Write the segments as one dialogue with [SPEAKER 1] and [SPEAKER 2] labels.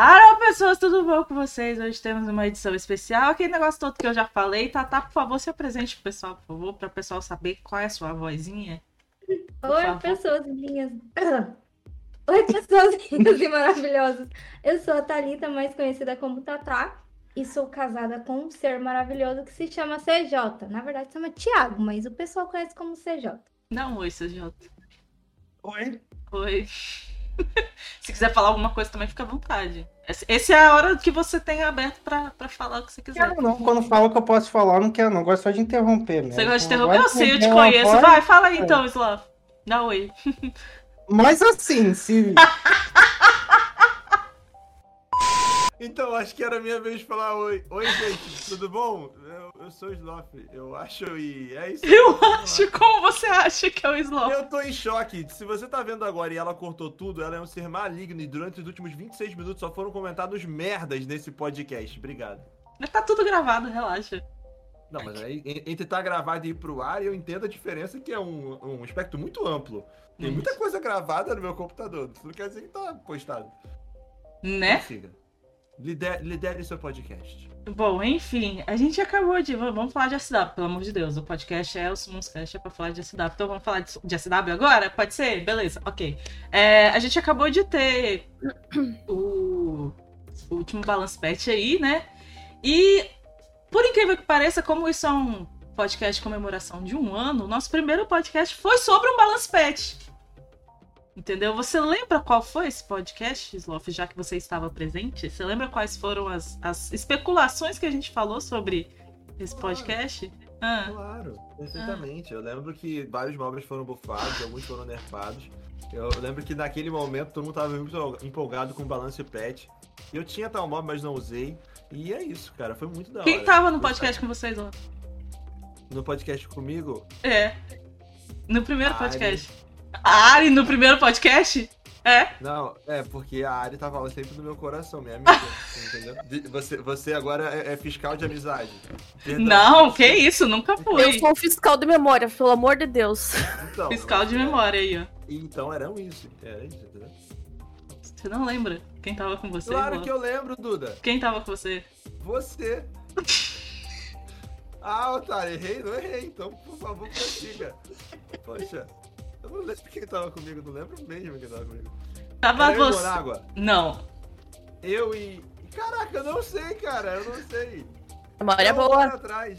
[SPEAKER 1] Alô, pessoas, tudo bom com vocês? Hoje temos uma edição especial. Aquele negócio todo que eu já falei. Tatá, por favor, se apresente pro pessoal, por favor, para o pessoal saber qual é a sua vozinha. Por
[SPEAKER 2] Oi,
[SPEAKER 1] favor.
[SPEAKER 2] pessoas lindas. Oi, pessoas lindas e maravilhosas. Eu sou a Thalita, mais conhecida como Tatá, e sou casada com um ser maravilhoso que se chama CJ. Na verdade, se chama Tiago, mas o pessoal conhece como CJ.
[SPEAKER 1] Não, oi, seu Jota.
[SPEAKER 3] Oi.
[SPEAKER 1] Oi. se quiser falar alguma coisa também, fica à vontade. Essa essa é a hora que você tem aberto pra pra falar o que você quiser.
[SPEAKER 3] Quero não, quando fala que eu posso falar, eu não quero não. Gosto só de interromper né? Então, mesmo.
[SPEAKER 1] Você gosta de
[SPEAKER 3] Não
[SPEAKER 1] interromper? Eu
[SPEAKER 3] gosto
[SPEAKER 1] sei, eu te
[SPEAKER 3] dar uma
[SPEAKER 1] conheço.
[SPEAKER 3] voz,
[SPEAKER 1] Vai, fala aí então, Slav. Dá oi.
[SPEAKER 3] Mas assim, se.
[SPEAKER 4] Então, acho que era a minha vez de falar oi. Oi, gente, tudo bom? Eu, eu sou o Sloth, eu acho e é isso.
[SPEAKER 1] Eu acho, como você acha que é o Slav?
[SPEAKER 4] Eu tô em choque. Se você tá vendo agora e ela cortou tudo, ela é um ser maligno e durante os últimos 26 minutos só foram comentados merdas nesse podcast. Obrigado.
[SPEAKER 1] Mas tá tudo gravado, relaxa.
[SPEAKER 4] Não, mas aí, en- entre tá gravado e ir pro ar, eu entendo a diferença que é um, um espectro muito amplo. Tem muita coisa gravada no meu computador. Isso não quer dizer que tá postado.
[SPEAKER 1] Né?
[SPEAKER 4] Siga. Lidere, lidere seu podcast.
[SPEAKER 1] Bom, enfim, a gente acabou de. v- Vamos falar de SW, pelo amor de Deus. O podcast é o Simonscast, é pra falar de SW. Então vamos falar de, de SW agora? Pode ser? Beleza, ok. É, a gente acabou de ter o, o último Balance Patch aí, né? E, por incrível que pareça, como isso é um podcast de comemoração de um ano, o nosso primeiro podcast foi sobre um Balance Patch. Entendeu? Você lembra qual foi esse podcast, Sloth, já que você estava presente? Você lembra quais foram as, as especulações que a gente falou sobre esse podcast? Ah,
[SPEAKER 4] Claro, perfeitamente. Eu lembro que vários mobs foram bufados, alguns foram nerfados. Eu lembro que naquele momento todo mundo tava muito empolgado com o balance pet. Eu tinha tal mob, mas não usei. E é isso, cara. Foi muito da hora.
[SPEAKER 1] quem tava no podcast com vocês, Sloth?
[SPEAKER 4] No podcast comigo?
[SPEAKER 1] É. No primeiro
[SPEAKER 4] Ari.
[SPEAKER 1] podcast. A Ari no primeiro podcast? É.
[SPEAKER 4] Não, é porque a Ari tava lá sempre no meu coração, minha amiga. entendeu? De- Você, você agora é, é fiscal de amizade. Perdão.
[SPEAKER 1] Não, que isso, nunca
[SPEAKER 5] Eu
[SPEAKER 1] fui.
[SPEAKER 5] sou o fiscal de memória, pelo amor de Deus.
[SPEAKER 4] Então,
[SPEAKER 1] Fiscal de memória aí, ó.
[SPEAKER 4] Então eram isso. Era isso, entendeu?
[SPEAKER 1] Você não lembra quem tava com você?
[SPEAKER 4] Claro
[SPEAKER 1] Sloth?
[SPEAKER 4] que eu lembro, Duda.
[SPEAKER 1] Quem tava com você?
[SPEAKER 4] Você. Ah, otário, errei? Não errei, então, por favor, prossiga. Poxa, eu não lembro quem tava comigo, não lembro mesmo quem tava comigo.
[SPEAKER 1] Tava
[SPEAKER 4] Era eu e
[SPEAKER 1] você.
[SPEAKER 4] Morágua.
[SPEAKER 1] Não.
[SPEAKER 4] Eu e... Caraca, eu não sei, cara, eu não sei.
[SPEAKER 5] Memória
[SPEAKER 4] Tá um
[SPEAKER 5] boa.
[SPEAKER 4] ano atrás.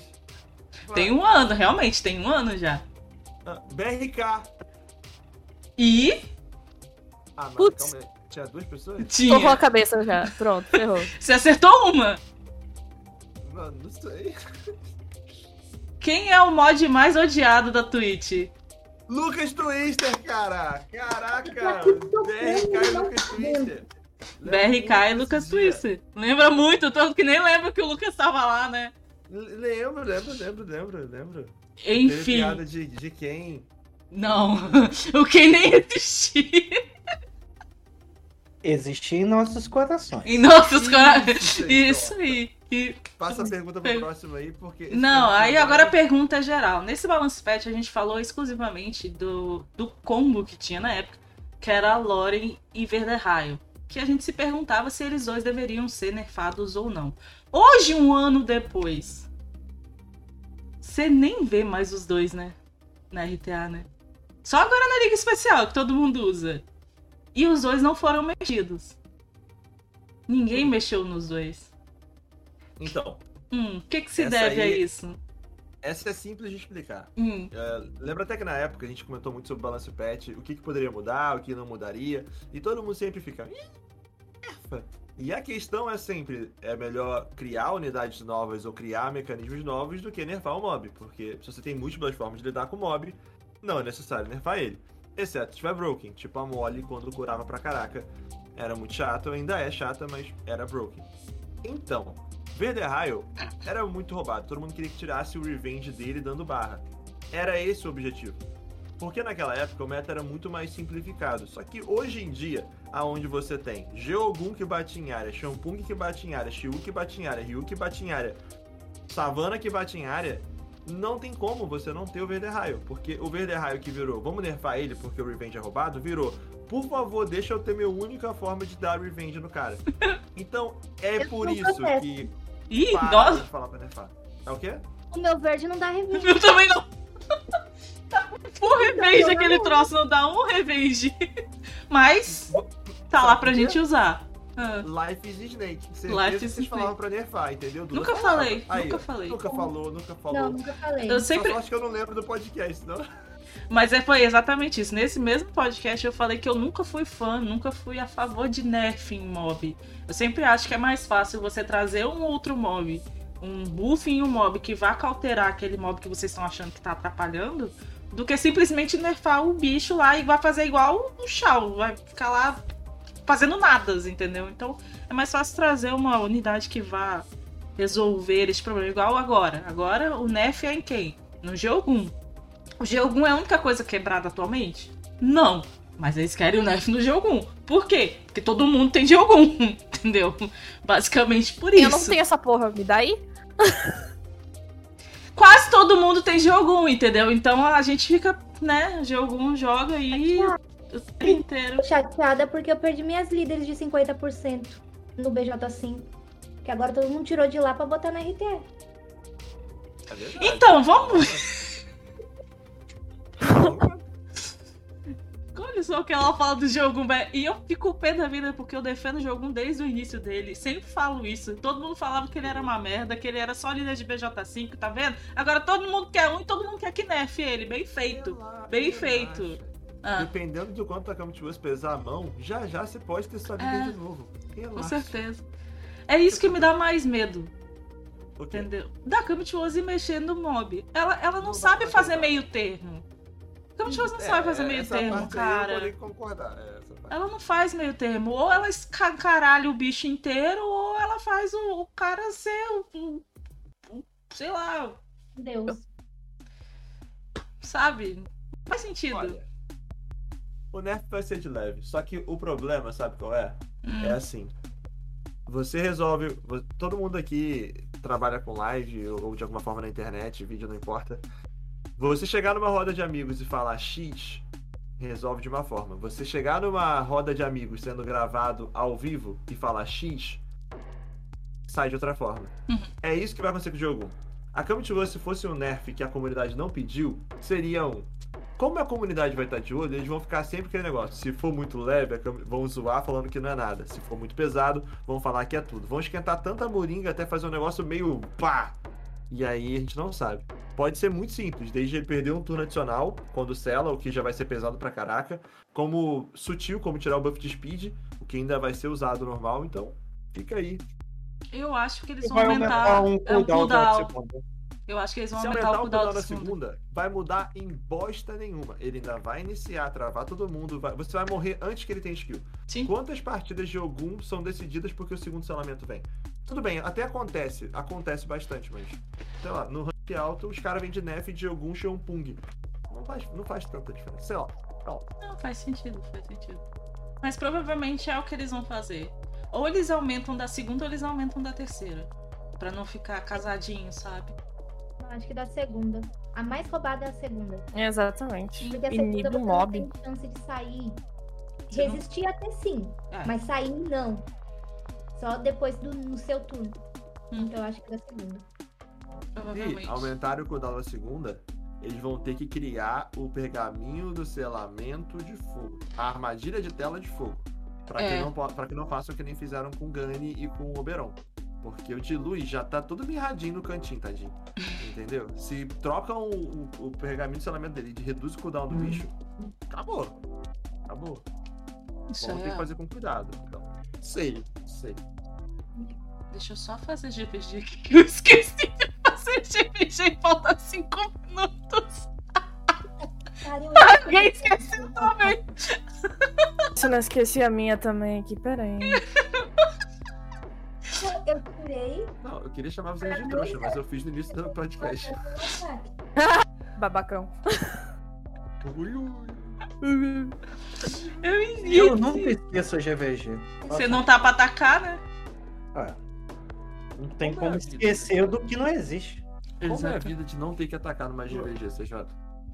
[SPEAKER 1] Tem um ano, realmente, tem um ano já.
[SPEAKER 4] Ah, BRK.
[SPEAKER 1] E
[SPEAKER 4] Ah, mas
[SPEAKER 5] Putz.
[SPEAKER 4] calma aí. Tinha duas pessoas?
[SPEAKER 5] Torrou a
[SPEAKER 1] tinha.
[SPEAKER 5] cabeça já. Pronto, ferrou.
[SPEAKER 1] Você acertou uma.
[SPEAKER 4] Mano, não sei.
[SPEAKER 1] Quem é o mod mais odiado da Twitch?
[SPEAKER 4] Lucas Twister, cara! Caraca!
[SPEAKER 2] Aqui tô
[SPEAKER 4] BRK e
[SPEAKER 2] vendo,
[SPEAKER 4] Lucas Twister.
[SPEAKER 1] BRK e Lucas
[SPEAKER 4] Twister.
[SPEAKER 1] Twister. Lembra muito, tanto que nem lembra que o Lucas tava lá, né?
[SPEAKER 4] Lembro, lembro, lembro, lembro, lembro. Teve
[SPEAKER 1] Enfim,
[SPEAKER 4] piada de, de quem?
[SPEAKER 1] não. O Ken nem existia.
[SPEAKER 3] Existir em nossos corações.
[SPEAKER 1] Em nossos corações.
[SPEAKER 4] Isso,
[SPEAKER 1] Isso aí. E-
[SPEAKER 4] Passa a pergunta
[SPEAKER 1] Per-
[SPEAKER 4] pro próximo aí, porque. esse tá
[SPEAKER 1] Não,
[SPEAKER 4] cara
[SPEAKER 1] aí
[SPEAKER 4] trabalha-
[SPEAKER 1] agora a pergunta é geral. Nesse Balance Patch a gente falou exclusivamente do, do combo que tinha na época, que era a Loren e Verderraio. Que a gente se perguntava se eles dois deveriam ser nerfados ou não. Hoje, um ano depois, você nem vê mais os dois, né? Na RTA, né? Só agora na Liga Especial, que todo mundo usa. E os dois não foram mexidos. Ninguém mexeu nos dois.
[SPEAKER 4] Então,
[SPEAKER 1] Hum, o que, que se
[SPEAKER 4] Essa
[SPEAKER 1] deve a
[SPEAKER 4] aí-
[SPEAKER 1] isso?
[SPEAKER 4] essa é simples de explicar.
[SPEAKER 1] Hum.
[SPEAKER 4] Lembra até que na época a gente comentou muito sobre o balanço pet, o que, que poderia mudar, o que não mudaria, e todo mundo sempre fica. "Ih, nerfa." E a questão é sempre: é melhor criar unidades novas ou criar mecanismos novos do que nerfar o mob, porque se você tem múltiplas formas de lidar com o mob, não é necessário nerfar ele. Exceto se tiver broken, tipo a Molly quando curava pra caraca. Era muito chato, ainda é chata, mas era broken. Então, Verderraio era muito roubado, todo mundo queria que tirasse o revenge dele dando barra. Era esse o objetivo. Porque naquela época o meta era muito mais simplificado. Só que hoje em dia, aonde você tem Geogun que bate em área, Shampung que bate em área, Shiu que bate em área, Ryu que bate em área, Savana que bate em área, não tem como você não ter o Verde Raio. Porque o Verde Raio que virou, vamos nerfar ele porque o Revenge é roubado, virou, por favor, deixa eu ter minha única forma de dar Revenge no cara. Então, é
[SPEAKER 2] Eu
[SPEAKER 4] por
[SPEAKER 2] não
[SPEAKER 4] isso
[SPEAKER 2] protesto.
[SPEAKER 4] que.
[SPEAKER 1] Ih,
[SPEAKER 4] para
[SPEAKER 1] nossa,
[SPEAKER 4] de falar pra nerfar. É o quê?
[SPEAKER 2] O meu verde não dá review.
[SPEAKER 1] eu também não. Um revenge,
[SPEAKER 2] Não,
[SPEAKER 1] aquele
[SPEAKER 2] não.
[SPEAKER 1] troço não dá um revenge. Mas tá lá pra gente usar. Ah,
[SPEAKER 4] Life is Snake. Certeza
[SPEAKER 1] Life
[SPEAKER 4] que
[SPEAKER 1] is
[SPEAKER 4] vocês
[SPEAKER 1] Snake.
[SPEAKER 4] falavam pra nerfar, entendeu? Duda?
[SPEAKER 1] Nunca
[SPEAKER 4] Falava.
[SPEAKER 1] falei,
[SPEAKER 4] Aí,
[SPEAKER 1] nunca
[SPEAKER 4] ó,
[SPEAKER 1] falei.
[SPEAKER 4] Nunca falou, nunca falou.
[SPEAKER 2] Não, nunca falei.
[SPEAKER 1] Eu
[SPEAKER 4] Só
[SPEAKER 1] sempre,
[SPEAKER 4] acho que eu não lembro do podcast, não.
[SPEAKER 1] Mas é, foi exatamente isso. Nesse mesmo podcast eu falei que eu nunca fui fã, nunca fui a favor de nerf em mob. Eu sempre acho que é mais fácil você trazer um outro mob, um buff em um mob que vá cauterar aquele mob que vocês estão achando que tá atrapalhando, do que simplesmente nerfar o bicho lá e vai fazer igual um chau, vai ficar lá fazendo nada, entendeu? Então é mais fácil trazer uma unidade que vá resolver esse problema, igual agora. Agora o nerf é em quem? No G1. O G1 é a única coisa quebrada atualmente? Não. Mas eles querem o nerf no G1. Por quê? Porque todo mundo tem G1, entendeu? Basicamente por
[SPEAKER 5] Eu
[SPEAKER 1] isso.
[SPEAKER 5] não tenho essa porra, me dá aí?
[SPEAKER 1] Quase todo mundo tem G1, entendeu? Então a gente fica, né? G1 joga e o tempo inteiro.
[SPEAKER 2] Tô chateada porque eu perdi minhas líderes de 50% no BJ5. Que agora todo mundo tirou de lá pra botar na RT.
[SPEAKER 4] É verdade.
[SPEAKER 1] Então, vamos. Então, Olha só o que ela fala do G1, velho. E eu fico o pé da vida porque eu defendo o G1 desde o início dele. Sempre falo isso. Todo mundo falava que ele era uma merda, que ele era só líder de BJ5, tá vendo? Agora todo mundo quer um e todo mundo quer que nerf ele. Bem feito.
[SPEAKER 4] Relaxa,
[SPEAKER 1] Bem
[SPEAKER 4] relaxa.
[SPEAKER 1] feito. Ah.
[SPEAKER 4] Dependendo do quanto a Cama de Ruas pesar a mão, já já você pode ter sua vida
[SPEAKER 1] É.
[SPEAKER 4] de novo.
[SPEAKER 1] Com
[SPEAKER 4] Relaxa.
[SPEAKER 1] certeza. É isso que me dá mais medo,
[SPEAKER 4] O quê?
[SPEAKER 1] entendeu? Da Kamit Rose mexer no mob. Ela, ela não,
[SPEAKER 4] Não
[SPEAKER 1] sabe
[SPEAKER 4] vai
[SPEAKER 1] fazer
[SPEAKER 4] jogar.
[SPEAKER 1] meio termo. Kamit Rose não
[SPEAKER 4] É,
[SPEAKER 1] sabe fazer
[SPEAKER 4] é,
[SPEAKER 1] meio
[SPEAKER 4] essa
[SPEAKER 1] termo,
[SPEAKER 4] parte aí eu
[SPEAKER 1] cara.
[SPEAKER 4] vou ter que concordar. é, essa parte.
[SPEAKER 1] Ela não faz meio termo. Ou ela escancaralha o bicho inteiro, ou ela faz o, o cara ser o, o- o- Sei lá,
[SPEAKER 2] Deus.
[SPEAKER 1] sabe? Não faz sentido.
[SPEAKER 4] Olha, o nerf vai ser de leve. Só que o problema, sabe qual é?
[SPEAKER 1] Hum.
[SPEAKER 4] É assim. Você resolve. vo- Todo mundo aqui trabalha com live ou de alguma forma na internet, vídeo não importa. Você chegar numa roda de amigos e falar X, resolve de uma forma. Você chegar numa roda de amigos sendo gravado ao vivo e falar X, sai de outra forma.
[SPEAKER 1] Uhum.
[SPEAKER 4] É isso que vai acontecer com o jogo. A Cama de Lua, se fosse um nerf que a comunidade não pediu, seria um. Como a comunidade vai estar de olho, eles vão ficar sempre aquele negócio. Se for muito leve, é a Cam- vão zoar falando que não é nada. Se for muito pesado, vão falar que é tudo. Vão esquentar tanta moringa até fazer um negócio meio pá. E aí a gente não sabe. Pode ser muito simples, desde ele perder um turno adicional quando sela, o que já vai ser pesado pra caraca, como sutil, como tirar o buff de speed, o que ainda vai ser usado normal, então fica aí.
[SPEAKER 1] Eu acho que eles vão
[SPEAKER 3] Vai aumentar
[SPEAKER 1] aumentar. é,
[SPEAKER 3] um
[SPEAKER 1] um
[SPEAKER 3] cooldown da
[SPEAKER 1] cooldown.
[SPEAKER 3] segunda.
[SPEAKER 1] Eu acho que eles vão
[SPEAKER 4] Se
[SPEAKER 1] aumentar o cooldown
[SPEAKER 4] da
[SPEAKER 1] da segunda.
[SPEAKER 4] segunda, vai mudar em bosta nenhuma. Ele ainda vai iniciar, travar todo mundo, vai- você vai morrer antes que ele tenha skill.
[SPEAKER 1] Sim.
[SPEAKER 4] Quantas partidas de Ogum são decididas porque o segundo selamento vem? Tudo bem, até acontece, acontece bastante, mas sei lá, no rank alto os caras vêm de Nef de Ogum Xiongpung. Não faz, não faz tanta diferença, sei lá.
[SPEAKER 1] Não, faz sentido, faz sentido. Mas provavelmente é o que eles vão fazer. Ou eles aumentam da segunda ou eles aumentam da terceira. Pra não ficar casadinho, sabe?
[SPEAKER 2] Eu Acho que da segunda. A mais roubada é a segunda.
[SPEAKER 5] Exatamente.
[SPEAKER 2] Porque a
[SPEAKER 5] Inibe
[SPEAKER 2] segunda
[SPEAKER 5] o
[SPEAKER 2] você é
[SPEAKER 5] mob.
[SPEAKER 2] não tem chance de sair.
[SPEAKER 1] Você não-
[SPEAKER 2] Resistir até sim,
[SPEAKER 1] É.
[SPEAKER 2] mas sair não. Só depois do no seu turno.
[SPEAKER 1] Hum.
[SPEAKER 2] Então eu acho que da segunda.
[SPEAKER 1] Provavelmente.
[SPEAKER 4] E aumentaram o cooldown da segunda, eles vão ter que criar o pergaminho do selamento de fogo. A armadilha de tela de fogo. Pra,
[SPEAKER 1] É.
[SPEAKER 4] que, não, po- pra que não façam que nem fizeram com o Gani e com o Oberon. Porque o Dilui já tá todo mirradinho no cantinho, tadinho. Entendeu? Se trocam o, o- o pergaminho do selamento dele e reduz o cooldown do
[SPEAKER 1] Hum.
[SPEAKER 4] bicho, acabou. Acabou.
[SPEAKER 1] Isso
[SPEAKER 4] Vamos ter
[SPEAKER 1] é-
[SPEAKER 4] que fazer com cuidado. Então, sei, sei.
[SPEAKER 1] Deixa eu só fazer GPG aqui, que eu esqueci de fazer GPG e falta 5 minutos.
[SPEAKER 2] Cara, eu acho que-
[SPEAKER 1] Alguém esqueceu também.
[SPEAKER 5] Se eu não esqueci a minha também aqui, peraí.
[SPEAKER 2] Eu tirei.
[SPEAKER 4] Não, eu queria chamar vocês
[SPEAKER 1] É,
[SPEAKER 4] de trouxa, mas eu fiz no início do podcast.
[SPEAKER 5] Babacão.
[SPEAKER 4] Ui, ui.
[SPEAKER 1] Eu entendi.
[SPEAKER 3] Eu nunca esqueço o GVG.
[SPEAKER 1] Você não tá pra atacar, né?
[SPEAKER 3] Ah, não tem
[SPEAKER 4] Como
[SPEAKER 3] como
[SPEAKER 4] é,
[SPEAKER 3] esquecer do que não existe.
[SPEAKER 4] Como é a
[SPEAKER 1] Exato.
[SPEAKER 4] vida de não ter que atacar numa GVG, CJ?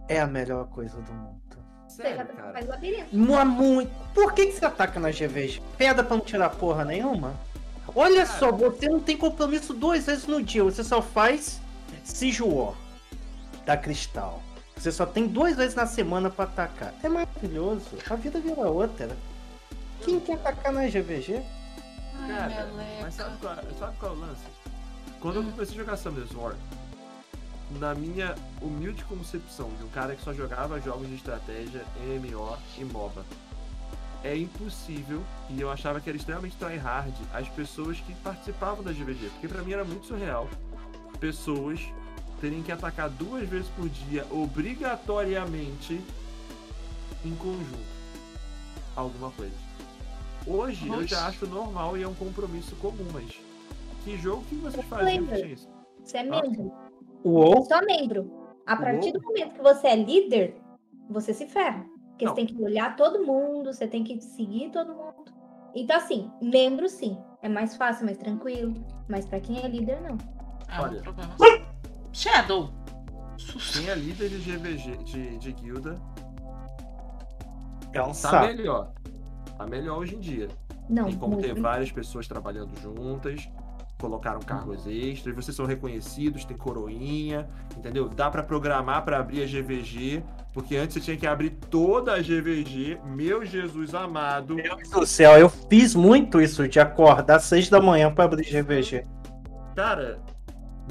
[SPEAKER 3] É a melhor coisa do mundo.
[SPEAKER 2] Você
[SPEAKER 4] Sério,
[SPEAKER 2] já
[SPEAKER 4] cara.
[SPEAKER 2] faz labirinto.
[SPEAKER 3] Não há muito. Por que, que você ataca na GVG? Pedra pra não tirar porra nenhuma? Olha só, você não tem compromisso duas vezes no dia, você só faz Sijuó da Cristal. Você só tem duas vezes na semana pra atacar. É maravilhoso. A vida vira outra. Quem quer atacar na GVG?
[SPEAKER 1] Ai,
[SPEAKER 4] Cara,
[SPEAKER 1] meleca.
[SPEAKER 4] mas sabe qual, sabe qual é o lance? Quando eu comecei a jogar Summoners War, na minha humilde concepção de um cara que só jogava jogos de estratégia, MMO e MOBA, é impossível, e eu achava que era extremamente tryhard, as pessoas que participavam da GVG, porque pra mim era muito surreal pessoas terem que atacar duas vezes por dia, obrigatoriamente, em conjunto, alguma coisa. Hoje eu já
[SPEAKER 1] Nossa.
[SPEAKER 4] acho normal e é um compromisso comum, mas que jogo que vocês faziam que
[SPEAKER 2] lembro.
[SPEAKER 4] tinha isso?
[SPEAKER 2] Você é membro.
[SPEAKER 3] Uou,
[SPEAKER 2] Só membro. A partir do momento que você é líder, você se ferra. Porque
[SPEAKER 4] Não.
[SPEAKER 2] você tem que olhar todo mundo, você tem que seguir todo mundo. Então, assim, membro sim. É mais fácil, mais tranquilo. Mas pra quem é líder, não.
[SPEAKER 1] Ah, não
[SPEAKER 4] Olha.
[SPEAKER 1] problema. Shadow.
[SPEAKER 4] Quem é líder de GVG, de, de guilda,
[SPEAKER 3] é um
[SPEAKER 4] tá
[SPEAKER 3] saco.
[SPEAKER 4] melhor. Tá melhor hoje em dia.
[SPEAKER 2] Não.
[SPEAKER 4] Tem como
[SPEAKER 2] muito
[SPEAKER 4] ter várias pessoas trabalhando juntas, colocaram cargos
[SPEAKER 2] Uhum.
[SPEAKER 4] extras, vocês são reconhecidos, tem coroinha, entendeu? Dá pra programar pra abrir a GVG, porque antes você tinha que abrir toda a GVG, meu Jesus amado.
[SPEAKER 3] Meu Deus do céu, eu fiz muito isso de acordar às seis da manhã pra abrir GVG.
[SPEAKER 4] Cara,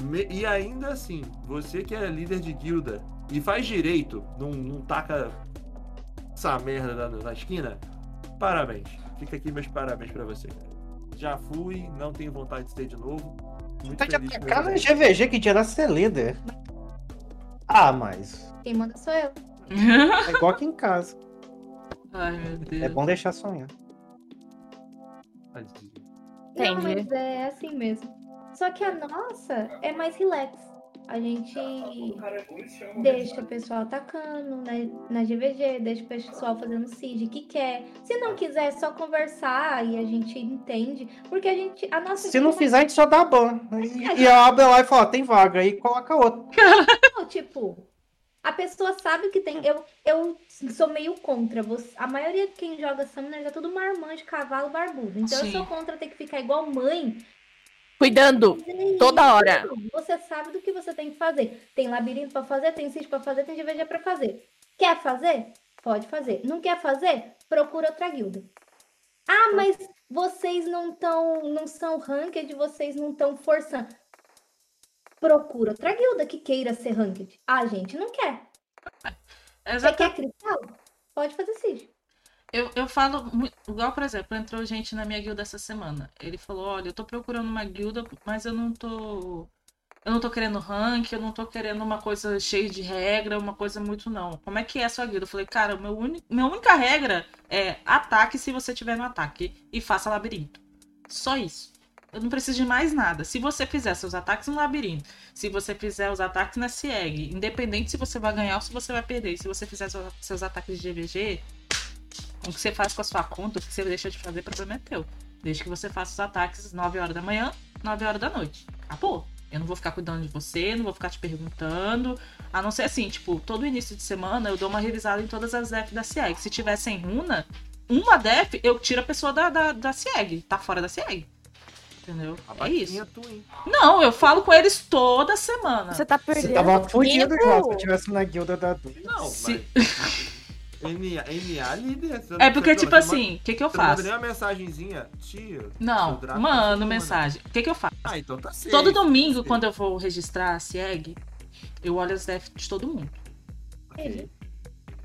[SPEAKER 4] me- e ainda assim, você que é líder de guilda e faz direito, não, não taca essa merda na, na esquina, parabéns. Fica aqui meus parabéns pra você, cara. Já fui, não tenho vontade de ser de novo. Muito
[SPEAKER 3] Tem que
[SPEAKER 4] feliz com
[SPEAKER 3] Então atacar na
[SPEAKER 4] meu-
[SPEAKER 3] GVG que dirá ser líder. Ah, mas.
[SPEAKER 2] Quem manda sou eu.
[SPEAKER 3] É igual aqui em casa.
[SPEAKER 1] Ai, meu Deus.
[SPEAKER 3] É bom deixar sonhar.
[SPEAKER 4] Tadinho.
[SPEAKER 2] Não,
[SPEAKER 5] Entendi.
[SPEAKER 2] mas é assim mesmo. Só que a nossa é mais relax. A gente deixa o pessoal atacando né, na GVG, deixa o pessoal fazendo CID que quer. Se não quiser, é só conversar e a gente entende. Porque a gente. A nossa
[SPEAKER 3] Se não fizer, a gente só dá ban. E, e a abre lá e fala, "Ó, tem vaga, aí coloca outro.
[SPEAKER 2] Não, tipo, a pessoa sabe o que tem. Eu, eu sou meio contra. Você- A maioria de quem joga Summoners é tudo marmanjo, cavalo, barbudo. Então eu
[SPEAKER 1] Sim.
[SPEAKER 2] sou contra ter que ficar igual mãe.
[SPEAKER 5] Cuidando toda hora.
[SPEAKER 2] Você sabe do que você tem que fazer. Tem labirinto pra fazer, tem sítio pra fazer, tem GVG pra fazer. Quer fazer? Pode fazer. Não quer fazer? Procura outra guilda. Ah, mas vocês não tão, não são ranked, vocês não estão forçando. Procura outra guilda que queira ser ranked. A gente não quer. Você
[SPEAKER 1] Exatamente.
[SPEAKER 2] quer cristal? Pode fazer sítio.
[SPEAKER 1] Eu, eu falo, mu- igual, por exemplo, entrou gente na minha guilda essa semana. Ele falou, olha, eu tô procurando uma guilda, mas eu não tô. Eu não tô querendo rank, eu não tô querendo uma coisa cheia de regra, uma coisa muito não. Como é que é a sua guilda? Eu falei, cara, meu uni- minha única regra é ataque se você tiver no ataque e faça labirinto. Só isso. Eu não preciso de mais nada. Se você fizer seus ataques no labirinto, se você fizer os ataques na SIEG, independente se você vai ganhar ou se você vai perder, se você fizer seus- seus ataques de GVG, o que você faz com a sua conta, o que você deixa de fazer, problema é teu. Desde que você faça os ataques 9 horas da manhã, 9 horas da noite. Acabou. Eu não vou ficar cuidando de você, não vou ficar te perguntando. A não ser assim, tipo, todo início de semana eu dou uma revisada em todas as def da CIEG. Se tiver sem runa, uma def, eu tiro a pessoa da, da, da CIEG. Tá fora da CIEG. Entendeu?
[SPEAKER 4] A
[SPEAKER 1] É
[SPEAKER 4] vaquinha
[SPEAKER 1] isso.
[SPEAKER 4] tu, hein?
[SPEAKER 1] Não, eu falo com eles toda semana.
[SPEAKER 5] Você tá
[SPEAKER 3] Você
[SPEAKER 5] perdendo.
[SPEAKER 3] tava fudido
[SPEAKER 5] tempo.
[SPEAKER 3] igual se eu tivesse na guilda da Du.
[SPEAKER 4] Não,
[SPEAKER 1] Se-
[SPEAKER 4] mas. NA, NA líder. você
[SPEAKER 1] É
[SPEAKER 4] não-
[SPEAKER 1] porque,
[SPEAKER 4] você
[SPEAKER 1] tipo
[SPEAKER 4] não-
[SPEAKER 1] assim, o que, que eu
[SPEAKER 4] Você não manda
[SPEAKER 1] faço?
[SPEAKER 4] nem uma mensagenzinha, tio.
[SPEAKER 1] Não,
[SPEAKER 4] seu draft tá
[SPEAKER 1] mano,
[SPEAKER 4] fudido, né?
[SPEAKER 1] mensagem. O que, que eu faço?
[SPEAKER 4] Ah, então tá certo.
[SPEAKER 1] Todo domingo,
[SPEAKER 4] sei.
[SPEAKER 1] quando eu vou registrar a SIEG, eu olho as DEF de todo mundo.
[SPEAKER 4] Ok.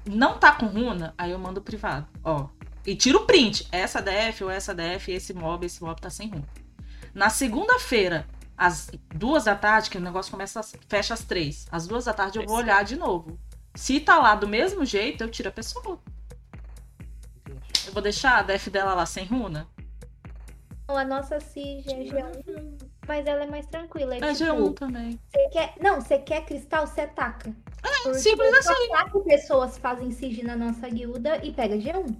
[SPEAKER 1] Não tá com runa, aí eu mando privado. Ó. E tiro o print. Essa DF ou essa DF, esse mob, esse mob tá sem runa. Na segunda-feira, às duas da tarde, que o negócio começa, às- fecha às três. Às duas da tarde eu vou olhar de novo. Se tá lá do mesmo jeito, eu tiro a pessoa. Eu vou deixar a DF dela lá sem runa?
[SPEAKER 2] Então, a nossa CIG é G1, mas ela é mais tranquila. É,
[SPEAKER 1] É
[SPEAKER 2] tipo,
[SPEAKER 1] G1 também.
[SPEAKER 2] Você quer... Não, você quer cristal, você ataca. É,
[SPEAKER 1] simples
[SPEAKER 2] assim. Quatro pessoas fazem sigilo na nossa guilda e pega G1.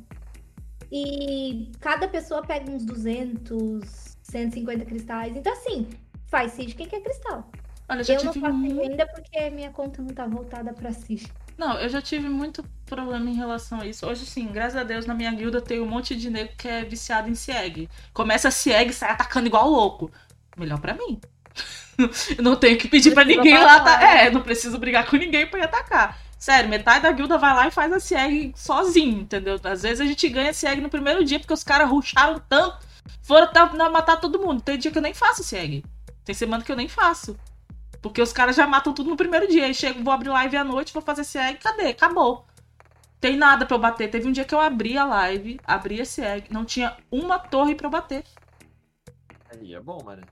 [SPEAKER 2] E cada pessoa pega uns 200, 150 cristais. Então, assim, faz sigilo quem quer cristal.
[SPEAKER 1] Olha, eu já
[SPEAKER 2] Eu não
[SPEAKER 1] tive um.
[SPEAKER 2] faço
[SPEAKER 1] muito-
[SPEAKER 2] ainda porque minha conta não tá voltada pra si.
[SPEAKER 1] Não, eu já tive muito problema em relação a isso. Hoje, sim, graças a Deus, na minha guilda tem um monte de nego que é viciado em SIEG. Começa a SIEG e sai atacando igual louco. Melhor pra mim. Eu não tenho que pedir pra
[SPEAKER 2] Precisa
[SPEAKER 1] ninguém lá.
[SPEAKER 2] falar,
[SPEAKER 1] ata- É, não preciso brigar com ninguém pra ir atacar. Sério, metade da guilda vai lá e faz a SIEG sozinho, entendeu? Às vezes a gente ganha SIEG no primeiro dia porque os caras ruxaram tanto, foram até na- matar todo mundo. Tem dia que eu nem faço SIEG. Tem semana que eu nem faço. Porque os caras já matam tudo no primeiro dia. Aí chego, vou abrir live à noite, vou fazer CEG, cadê? Acabou. Tem nada pra eu bater. Teve um dia que eu abri a live, abri a CEG, não tinha uma torre pra eu bater.
[SPEAKER 4] Aí é bom, mano.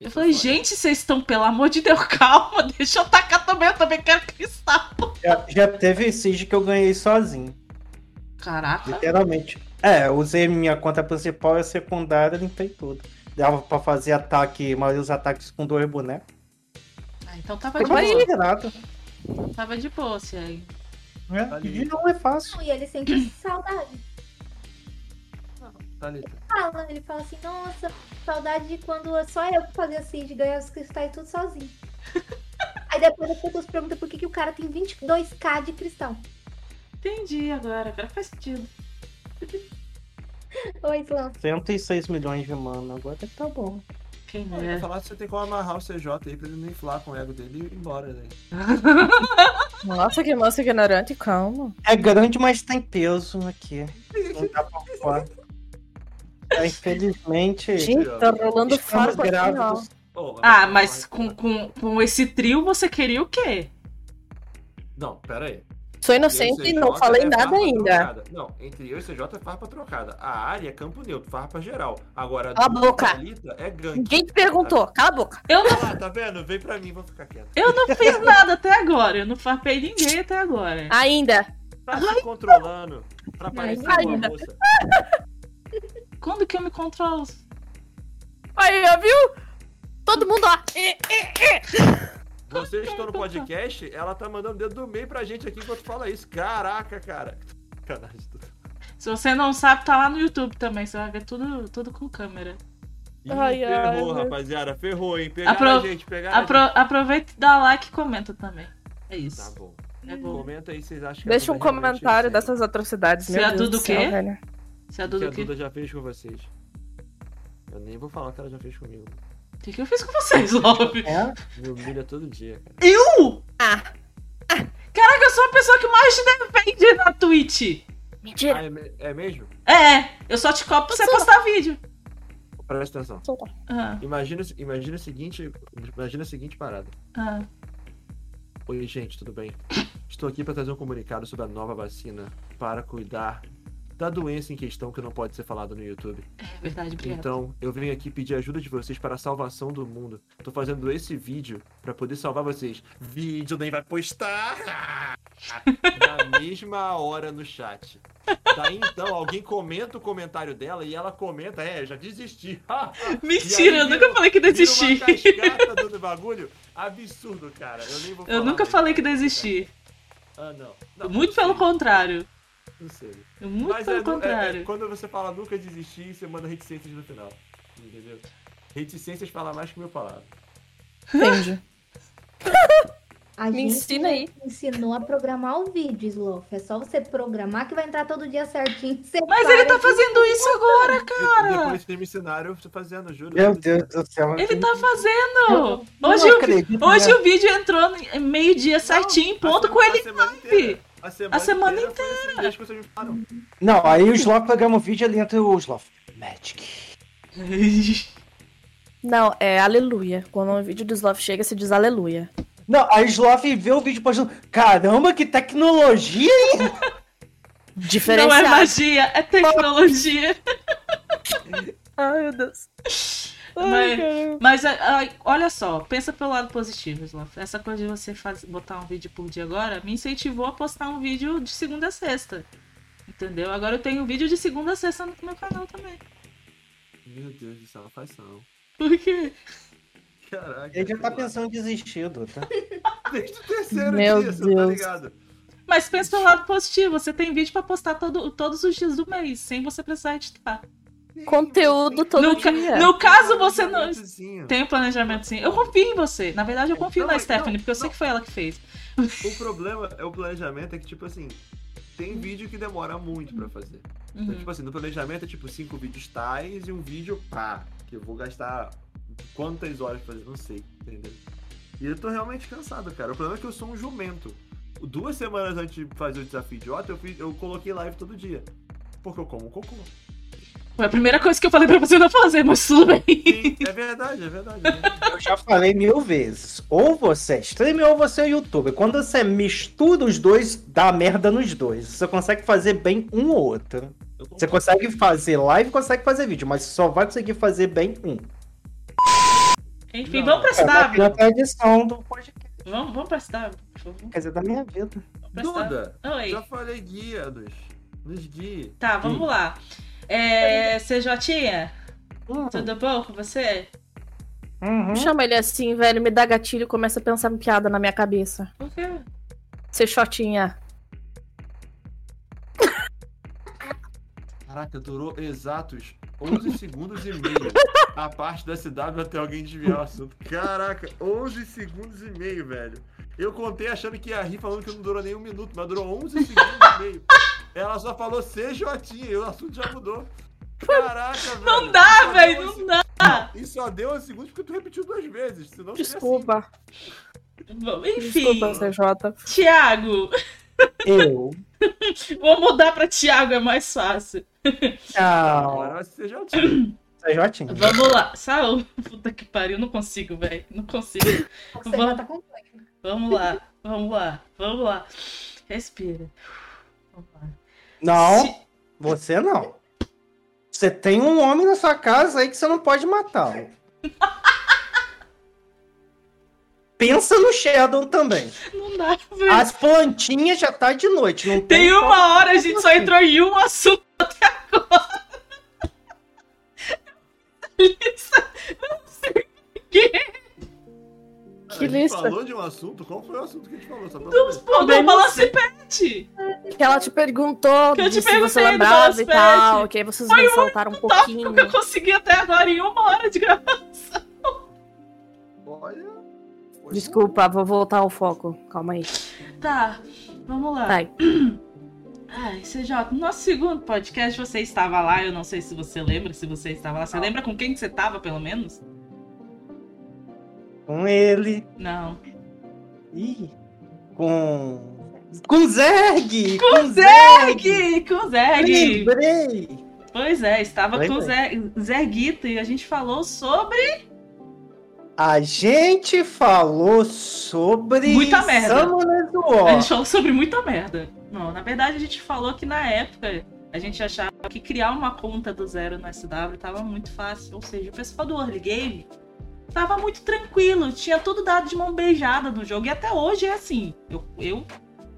[SPEAKER 1] Eu falei, gente, vocês estão, pelo amor de Deus, calma, deixa eu atacar também, eu também quero cristal.
[SPEAKER 3] Já, já teve siege que eu ganhei sozinho,
[SPEAKER 1] Caraca.
[SPEAKER 3] literalmente. É, eu usei minha conta principal e a secundária, limpei tudo. Dava pra fazer ataque, mas os ataques com dois bonecos.
[SPEAKER 1] Ah, então tava de
[SPEAKER 3] Mas
[SPEAKER 1] boa,
[SPEAKER 3] nada.
[SPEAKER 1] tava de boa, CEG.
[SPEAKER 3] Né?
[SPEAKER 4] Ali.
[SPEAKER 3] E não é fácil.
[SPEAKER 2] E ele sente saudade.
[SPEAKER 4] Thalita.
[SPEAKER 2] Fala, ele fala assim, nossa, saudade de quando só eu fazia assim, de ganhar os cristais tudo sozinho. Aí depois as pessoas perguntam por que, que o cara tem 22k de cristal.
[SPEAKER 1] Entendi agora, agora faz sentido.
[SPEAKER 2] Oi, Slan.
[SPEAKER 3] 106 milhões de mana, agora tá bom.
[SPEAKER 1] Quem
[SPEAKER 4] Não, eu ia
[SPEAKER 1] é?
[SPEAKER 4] falar que você tem como amarrar o CJ aí pra ele não inflar com o ego dele e ir embora, né?
[SPEAKER 5] Nossa, que moça ignorante, calma.
[SPEAKER 3] É grande, mas tem peso aqui.
[SPEAKER 1] Ah,
[SPEAKER 3] Não dá pra falar. É, infelizmente,
[SPEAKER 5] Gente, tá rolando
[SPEAKER 3] estamos
[SPEAKER 5] fogo aqui, ó.
[SPEAKER 3] grávidos.
[SPEAKER 4] Pô,
[SPEAKER 1] Ah, mas com, com, com esse trio você queria o quê?
[SPEAKER 4] Não, pera aí.
[SPEAKER 5] Sou inocente e não
[SPEAKER 4] CJ
[SPEAKER 5] falei
[SPEAKER 4] é
[SPEAKER 5] nada
[SPEAKER 4] farpa
[SPEAKER 5] ainda.
[SPEAKER 4] trocada. Não, entre eu e CJ é farpa trocada. A área é campo neutro, farpa geral. Agora,
[SPEAKER 5] Cala a
[SPEAKER 4] do
[SPEAKER 5] boca.
[SPEAKER 4] Thalita é gank.
[SPEAKER 5] Ninguém te perguntou, cala a boca.
[SPEAKER 1] Eu não,
[SPEAKER 4] Ah, tá vendo? Vem pra mim, vou ficar quieto.
[SPEAKER 1] eu não fiz nada até agora, eu não farpei ninguém até agora.
[SPEAKER 5] Ainda.
[SPEAKER 4] Tá se controlando. Pra parecer uma
[SPEAKER 5] Ainda.
[SPEAKER 4] moça.
[SPEAKER 1] Quando que eu me controlo?
[SPEAKER 5] Aí, ó, viu? Todo mundo, ó. eh,
[SPEAKER 4] Vocês estão no podcast, ela tá mandando o dedo do meio pra gente aqui enquanto fala isso. Caraca, cara. Sacanagem.
[SPEAKER 1] Se você não sabe, tá lá no YouTube também. Você vai ver tudo, tudo com câmera.
[SPEAKER 4] Ih,
[SPEAKER 5] Ai, ai,
[SPEAKER 4] ferrou,
[SPEAKER 5] meu-
[SPEAKER 4] rapaziada. Ferrou, hein? Pegaram
[SPEAKER 1] Apro-
[SPEAKER 4] a gente, pegaram
[SPEAKER 1] Apro
[SPEAKER 4] a gente.
[SPEAKER 1] aproveita e dá like e comenta também. É
[SPEAKER 4] Tá
[SPEAKER 1] isso.
[SPEAKER 4] bom.
[SPEAKER 1] É bom.
[SPEAKER 4] Comenta aí se vocês acham que a
[SPEAKER 5] Deixa um
[SPEAKER 4] Duda realmente é
[SPEAKER 5] comentário
[SPEAKER 4] fez
[SPEAKER 5] dessas atrocidades,
[SPEAKER 1] Se
[SPEAKER 5] meu
[SPEAKER 1] a
[SPEAKER 5] Deus
[SPEAKER 1] Duda
[SPEAKER 5] do
[SPEAKER 1] o
[SPEAKER 5] céu,
[SPEAKER 1] quê?
[SPEAKER 5] velho.
[SPEAKER 1] Se a
[SPEAKER 4] isso. O que
[SPEAKER 1] Duda
[SPEAKER 4] a
[SPEAKER 1] é que...
[SPEAKER 4] Duda já fez com vocês. Eu nem vou falar o que ela já fez comigo.
[SPEAKER 1] O que, que eu fiz com vocês, Love?
[SPEAKER 3] né?
[SPEAKER 4] Me humilha todo dia, cara.
[SPEAKER 1] Eu?
[SPEAKER 5] Ah,
[SPEAKER 1] Caraca, eu sou a pessoa que mais te defende na Twitch.
[SPEAKER 5] mentira.
[SPEAKER 4] Ah, é, me- é mesmo?
[SPEAKER 1] É, eu só te copo pra você
[SPEAKER 5] Sou.
[SPEAKER 1] postar vídeo.
[SPEAKER 4] Presta atenção.
[SPEAKER 1] Ah,
[SPEAKER 4] Imagina, imagina, o seguinte, imagina a seguinte parada.
[SPEAKER 1] ah.
[SPEAKER 4] Oi, gente, tudo bem? Estou aqui para trazer um comunicado sobre a nova vacina para cuidar da doença em questão que não pode ser falada no YouTube.
[SPEAKER 1] É verdade, obrigada.
[SPEAKER 4] Então, eu venho aqui pedir a ajuda de vocês para a salvação do mundo. Tô fazendo esse vídeo para poder salvar vocês. Vídeo nem vai postar na mesma hora no chat. Daí então, alguém comenta o comentário dela e ela comenta, é, eu já desisti.
[SPEAKER 1] Mentira, eu
[SPEAKER 4] vira-
[SPEAKER 1] nunca falei que desisti.
[SPEAKER 4] Vira uma cascata do bagulho. Absurdo, cara. Eu, nem vou
[SPEAKER 1] Eu
[SPEAKER 4] falar
[SPEAKER 1] nunca
[SPEAKER 4] mais.
[SPEAKER 1] falei que desisti.
[SPEAKER 4] Ah, não. Não,
[SPEAKER 1] Muito
[SPEAKER 4] não sei,
[SPEAKER 1] pelo contrário.
[SPEAKER 4] Não sei.
[SPEAKER 1] Muito
[SPEAKER 4] Mas é,
[SPEAKER 1] pelo
[SPEAKER 4] nu- é- é
[SPEAKER 1] contrário.
[SPEAKER 4] quando você fala nunca desistir, você manda reticências no final. Entendeu? Reticências fala mais que mil palavras.
[SPEAKER 5] Entendi.
[SPEAKER 2] A
[SPEAKER 5] Me
[SPEAKER 2] gente
[SPEAKER 5] ensina aí.
[SPEAKER 2] me ensinou a programar o vídeo, Sloth. É só você programar que vai entrar todo dia certinho. Você
[SPEAKER 1] Mas
[SPEAKER 2] para
[SPEAKER 1] ele tá fazendo isso agora,
[SPEAKER 4] E
[SPEAKER 1] cara.
[SPEAKER 4] depois tem me cenário fazendo, juro.
[SPEAKER 3] Meu Deus do céu.
[SPEAKER 1] Ele
[SPEAKER 3] eu
[SPEAKER 1] tá fazendo!
[SPEAKER 3] não
[SPEAKER 1] Hoje, o,
[SPEAKER 3] acredito,
[SPEAKER 1] hoje
[SPEAKER 3] né?
[SPEAKER 1] o vídeo entrou no meio-dia certinho, em ponto,
[SPEAKER 4] A
[SPEAKER 1] com
[SPEAKER 4] semana-
[SPEAKER 1] ele
[SPEAKER 4] A semana
[SPEAKER 1] live.
[SPEAKER 4] inteira. A semana,
[SPEAKER 1] semana
[SPEAKER 4] inteira. foi assim, as coisas me falaram.
[SPEAKER 3] Não, aí o Sloth programa o vídeo ali entra o Sloth. Magic.
[SPEAKER 5] Não, é aleluia. Quando um vídeo do Sloth chega, se diz aleluia.
[SPEAKER 3] Não, aí o Sloth vê o vídeo postando. Caramba, que tecnologia! hein?"
[SPEAKER 1] Não é
[SPEAKER 5] Diferenciado.
[SPEAKER 1] magia, é tecnologia.
[SPEAKER 5] Ai, meu Deus.
[SPEAKER 1] Mas- Mas a- a- olha só, pensa pelo lado positivo, Sloth. Essa coisa de você faz- botar um vídeo por dia agora me incentivou a postar um vídeo de segunda a sexta. Entendeu? Agora eu tenho vídeo de segunda a sexta no meu canal também.
[SPEAKER 4] Meu Deus do céu, faz não.
[SPEAKER 1] Por quê?
[SPEAKER 4] Caraca.
[SPEAKER 3] Ele já tá
[SPEAKER 4] sei lá. Ah,
[SPEAKER 3] pensando em desistir, Duda.
[SPEAKER 4] Desde o terceiro
[SPEAKER 5] Meu
[SPEAKER 4] dia, você tá
[SPEAKER 5] Deus.
[SPEAKER 4] ligado?
[SPEAKER 1] Mas pensa pelo lado positivo, você tem vídeo pra postar todo- todos os dias do mês, sem você precisar editar.
[SPEAKER 6] Conteúdo todo
[SPEAKER 1] No ca-
[SPEAKER 6] dia.
[SPEAKER 1] No caso, você não.
[SPEAKER 4] Planejamentozinho.
[SPEAKER 1] Tem um planejamento sim. Eu confio em você. Na verdade, eu confio
[SPEAKER 4] Não,
[SPEAKER 1] na
[SPEAKER 4] mas-
[SPEAKER 1] Stephanie,
[SPEAKER 4] não,
[SPEAKER 1] porque eu sei
[SPEAKER 4] não.
[SPEAKER 1] que foi ela que fez.
[SPEAKER 4] O problema é o planejamento, é que, tipo assim, tem vídeo que demora muito pra fazer. Então,
[SPEAKER 1] Uhum.
[SPEAKER 4] tipo assim, no planejamento é tipo cinco vídeos tais e um vídeo pá, que eu vou gastar quantas horas pra fazer, não sei, entendeu? E eu tô realmente cansado, cara. O problema é que eu sou um jumento. Duas semanas antes de fazer o desafio idiota, eu, fiz, eu coloquei live todo dia. Porque eu como cocô.
[SPEAKER 1] Foi a primeira coisa que eu falei pra você não fazer, mas tudo bem.
[SPEAKER 4] Sim, é verdade, é verdade. é verdade.
[SPEAKER 3] Eu já falei mil vezes. Ou você é streamer ou você é youtuber. Quando você mistura os dois, dá merda nos dois. Você consegue fazer bem um ou outro.
[SPEAKER 4] Eu como
[SPEAKER 3] Você consegue fazer live, consegue fazer vídeo, mas só vai conseguir fazer bem um.
[SPEAKER 1] Enfim,
[SPEAKER 4] Não.
[SPEAKER 1] vamos pra
[SPEAKER 3] É a
[SPEAKER 1] SW.
[SPEAKER 3] tradição do podcast,
[SPEAKER 1] Vamos, vamos pra SW, por favor.
[SPEAKER 3] quer dizer, da minha vida.
[SPEAKER 1] Vamos pra SW.
[SPEAKER 4] Duda,
[SPEAKER 1] Oi.
[SPEAKER 4] já falei guia dos, dos guia.
[SPEAKER 1] Tá, vamos lá. É, CJ,
[SPEAKER 3] Hum,
[SPEAKER 1] tudo bom com você?
[SPEAKER 3] uhum.
[SPEAKER 6] Chama ele assim, velho, me dá gatilho e começa a pensar em piada na minha cabeça.
[SPEAKER 1] Por quê?
[SPEAKER 6] Ser shotinha.
[SPEAKER 4] Caraca, durou exatos 11 segundos e meio a parte da CW até alguém desviar o assunto. Caraca, 11 segundos e meio, velho. Eu contei achando que ia rir falando que não durou nem um minuto, mas durou 11 segundos e meio. Ela só falou CJ e o assunto já mudou. Caraca, velho.
[SPEAKER 1] Não dá,
[SPEAKER 4] Só
[SPEAKER 1] Ah, velho,
[SPEAKER 4] deu um
[SPEAKER 1] não
[SPEAKER 4] se-
[SPEAKER 1] dá.
[SPEAKER 4] E só deu 11 segundos porque tu repetiu duas vezes. Senão seria
[SPEAKER 6] Desculpa.
[SPEAKER 1] Bom, Enfim,
[SPEAKER 6] Desculpa, CJ.
[SPEAKER 1] Thiago,
[SPEAKER 3] Eu.
[SPEAKER 1] vou mudar pra Thiago, é mais fácil.
[SPEAKER 4] Assim.
[SPEAKER 3] Tchau.
[SPEAKER 4] Agora vai ser CJ.
[SPEAKER 3] Você é já tinha.
[SPEAKER 1] Vamos lá. Saúl, puta que pariu, não consigo, velho, não consigo.
[SPEAKER 2] Você já tá com
[SPEAKER 1] Vamos lá, vamos lá, vamos lá. Respira. Vamos lá.
[SPEAKER 3] Não,
[SPEAKER 1] Se-
[SPEAKER 3] você não. Você tem um homem na sua casa aí que você não pode matá-lo. Pensa no Shadow também.
[SPEAKER 1] Não dá, velho.
[SPEAKER 3] As plantinhas já tá de noite. Não tem,
[SPEAKER 1] Tem
[SPEAKER 3] como-
[SPEAKER 1] uma hora, a gente só entrou em um assunto até agora. Lista, não sei o que.
[SPEAKER 4] A
[SPEAKER 6] Que
[SPEAKER 4] gente
[SPEAKER 6] lista.
[SPEAKER 4] falou de um assunto? Qual foi o assunto que a gente falou? Só pra saber.
[SPEAKER 1] Pô, do balance pet.
[SPEAKER 6] Que ela te perguntou
[SPEAKER 1] Que eu te
[SPEAKER 6] de se você
[SPEAKER 1] perguntei do
[SPEAKER 6] lembrava e
[SPEAKER 1] Balaspete.
[SPEAKER 6] tal, que aí vocês
[SPEAKER 1] Foi
[SPEAKER 6] me soltaram um pouquinho.
[SPEAKER 1] Tópico que Tá, eu consegui até agora em uma hora de gravação.
[SPEAKER 4] Olha. foi
[SPEAKER 6] Desculpa, vou voltar ao foco. Calma aí.
[SPEAKER 1] Tá, vamos lá.
[SPEAKER 6] Vai.
[SPEAKER 1] Ai, CJ, no nosso segundo podcast você estava lá, eu não sei se você lembra, se você estava lá. Você lembra com quem que você estava, pelo menos?
[SPEAKER 3] Com ele.
[SPEAKER 1] Não.
[SPEAKER 3] Ih. Com. Com Zerg! Com
[SPEAKER 1] Zeg, com o Zeg.
[SPEAKER 3] Lembrei!
[SPEAKER 1] Pois é, estava
[SPEAKER 3] Lembrei.
[SPEAKER 1] com o Zeg- Zeguito e a gente falou sobre.
[SPEAKER 3] A gente falou sobre.
[SPEAKER 1] Muita merda.
[SPEAKER 3] Summoners do
[SPEAKER 1] A
[SPEAKER 3] War.
[SPEAKER 1] gente falou sobre muita merda. Não, na verdade a gente falou que na época a gente achava que criar uma conta do zero no SW tava muito fácil. Ou seja, o pessoal do early game tava muito tranquilo, tinha tudo dado de mão beijada no jogo. E até hoje é assim. Eu, eu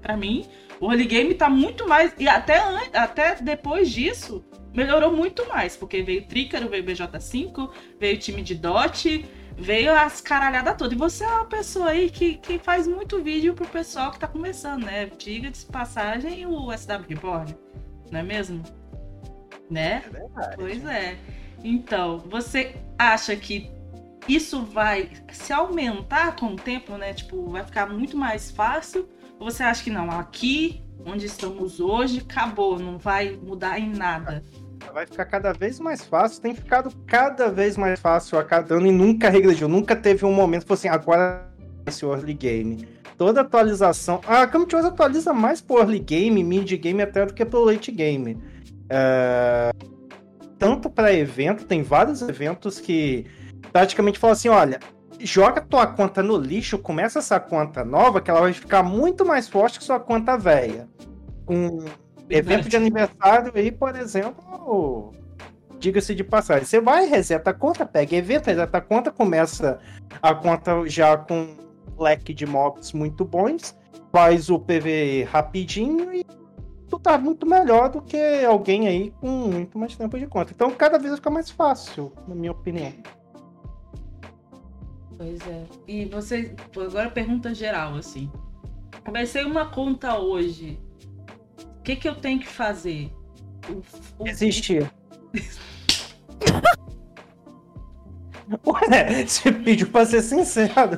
[SPEAKER 1] para mim, o early game tá muito mais. E até, an- até depois disso, melhorou muito mais. Porque veio Trícaro, veio BJ5, veio time de DOT, veio as caralhadas todas. E você é uma pessoa aí que, que faz muito vídeo pro pessoal que tá começando, né? Diga de passagem o SW Reborn, não é mesmo? Né? Pois é. Então, você acha que isso vai se aumentar com o tempo, né? Tipo, vai ficar muito mais fácil? Ou você acha que não? Aqui, onde estamos hoje, acabou, não vai mudar em nada.
[SPEAKER 3] Vai ficar cada vez mais fácil, tem ficado cada vez mais fácil a cada ano e nunca regrediu. Nunca teve um momento que fosse assim, agora é esse early game. Toda atualização. ah, A Campeonato atualiza mais pro early game, mid game até do que pro late game. É, Tanto para evento, tem vários eventos que praticamente falam assim: olha, joga tua conta no lixo, começa essa conta nova, que ela vai ficar muito mais forte que sua conta velha. Com Evento de aniversário aí, por exemplo, diga-se de passagem, você vai, reseta a conta, pega evento, reseta a conta, começa a conta já com um leque de mobs muito bons, faz o PV rapidinho e tu tá muito melhor do que alguém aí com muito mais tempo de conta. Então cada vez fica mais fácil, na minha opinião.
[SPEAKER 1] Pois é. E você, agora pergunta geral, assim. Comecei uma conta hoje. O que, que eu tenho que fazer? O- o-
[SPEAKER 3] Existir. Ué, você pediu pra ser sincero.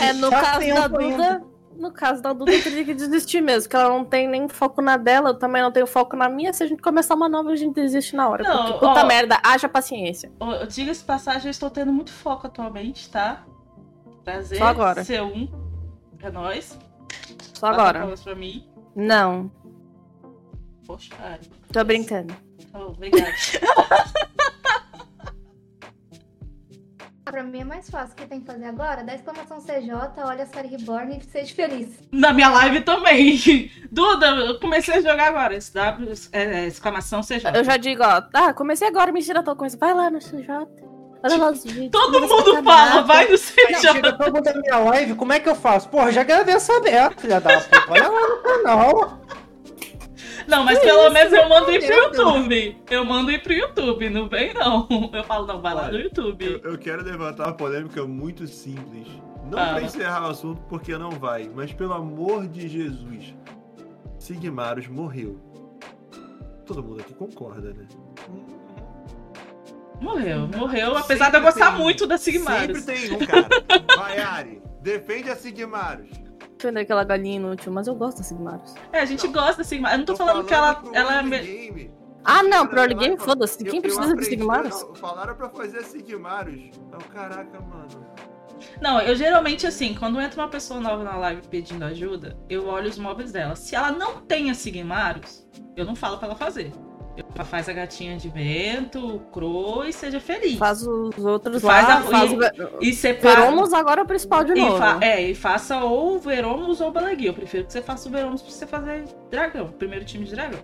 [SPEAKER 6] É, no
[SPEAKER 3] Tá
[SPEAKER 6] caso da
[SPEAKER 3] tempo ainda.
[SPEAKER 6] Duda. No caso da Duda, eu teria que desistir mesmo, porque ela não tem nem foco na dela, eu também não tenho foco na minha. Se a gente começar uma nova, a gente desiste na hora.
[SPEAKER 1] Não,
[SPEAKER 6] porque, puta
[SPEAKER 1] ó.
[SPEAKER 6] merda, haja paciência.
[SPEAKER 1] Ô, eu digo esse passagem, eu estou tendo muito foco atualmente, tá? Prazer
[SPEAKER 6] Só agora.
[SPEAKER 1] ser um. É nóis.
[SPEAKER 6] Só agora.
[SPEAKER 1] Palmas pra mim.
[SPEAKER 6] Não,
[SPEAKER 1] Poxa, ai.
[SPEAKER 6] tô brincando.
[SPEAKER 1] Então, obrigada.
[SPEAKER 2] Ah, Pra mim é mais fácil. O que tem que fazer agora? Dá exclamação CJ, olha a série Reborn e seja feliz.
[SPEAKER 1] Na minha live também. Duda, eu comecei a jogar agora. SW, é, é, exclamação CJ.
[SPEAKER 6] Eu já digo, ó, ah, comecei agora, mentira, tô com isso. Vai lá no CJ. Olha lá os vídeos.
[SPEAKER 1] Todo
[SPEAKER 6] conversa com a
[SPEAKER 1] mundo fala,
[SPEAKER 6] Tabata.
[SPEAKER 1] vai no
[SPEAKER 3] Aí
[SPEAKER 1] CJ.
[SPEAKER 3] chega todo mundo na minha live, como é que eu faço? Porra, já gravei essa aberta, filha da puta. Olha lá no canal.
[SPEAKER 1] Não, mas pelo menos eu mando ir pro
[SPEAKER 3] Meu Deus.
[SPEAKER 1] YouTube. Eu mando ir pro YouTube, não vem não. Eu falo, não, vai lá no
[SPEAKER 4] Olha, Eu,
[SPEAKER 1] YouTube.
[SPEAKER 4] eu quero levantar uma polêmica muito simples. Não
[SPEAKER 1] Ah.
[SPEAKER 4] pra encerrar o assunto, porque não vai, mas pelo amor de Jesus, Sigmaros morreu. Todo mundo aqui concorda, né?
[SPEAKER 1] Então, Morreu, morreu,
[SPEAKER 4] Sempre
[SPEAKER 1] apesar de eu gostar
[SPEAKER 4] tem- um.
[SPEAKER 1] muito da
[SPEAKER 4] Sempre
[SPEAKER 1] Sigmaris.
[SPEAKER 4] tem um, cara. Vai, Ari, defende a Sigmaros.
[SPEAKER 6] Defender aquela galinha inútil, mas eu gosto da Sigmaros.
[SPEAKER 1] É, a gente gosta da Sigmaris. Eu não tô, falando, que ela,
[SPEAKER 4] pro
[SPEAKER 1] ela é. me-
[SPEAKER 4] Endgame.
[SPEAKER 6] Ah, não, pro
[SPEAKER 4] Cara,
[SPEAKER 6] early game,
[SPEAKER 4] lá,
[SPEAKER 6] foda-se.
[SPEAKER 4] eu-
[SPEAKER 6] Quem
[SPEAKER 4] eu
[SPEAKER 6] precisa de
[SPEAKER 4] aprendi-
[SPEAKER 6] Sigmaros?
[SPEAKER 4] não, Falaram pra fazer Sigmaros. Oh, caraca, mano.
[SPEAKER 1] Não, eu geralmente, assim, quando entra uma pessoa nova na live pedindo ajuda, eu olho os móveis dela. Se ela não tem a Sigmaros, eu não falo pra ela fazer. Eu ela faz a gatinha de vento, croa e seja feliz.
[SPEAKER 6] Faz os outros
[SPEAKER 1] Faz
[SPEAKER 6] lá,
[SPEAKER 1] a-
[SPEAKER 6] faz
[SPEAKER 1] e-
[SPEAKER 6] o...
[SPEAKER 1] E separa.
[SPEAKER 6] Veromos agora é o principal de novo.
[SPEAKER 1] E fa- é, e faça ou Veromos ou Balagui. Eu prefiro que você faça o Veromos pra você fazer dragão, primeiro time de dragão.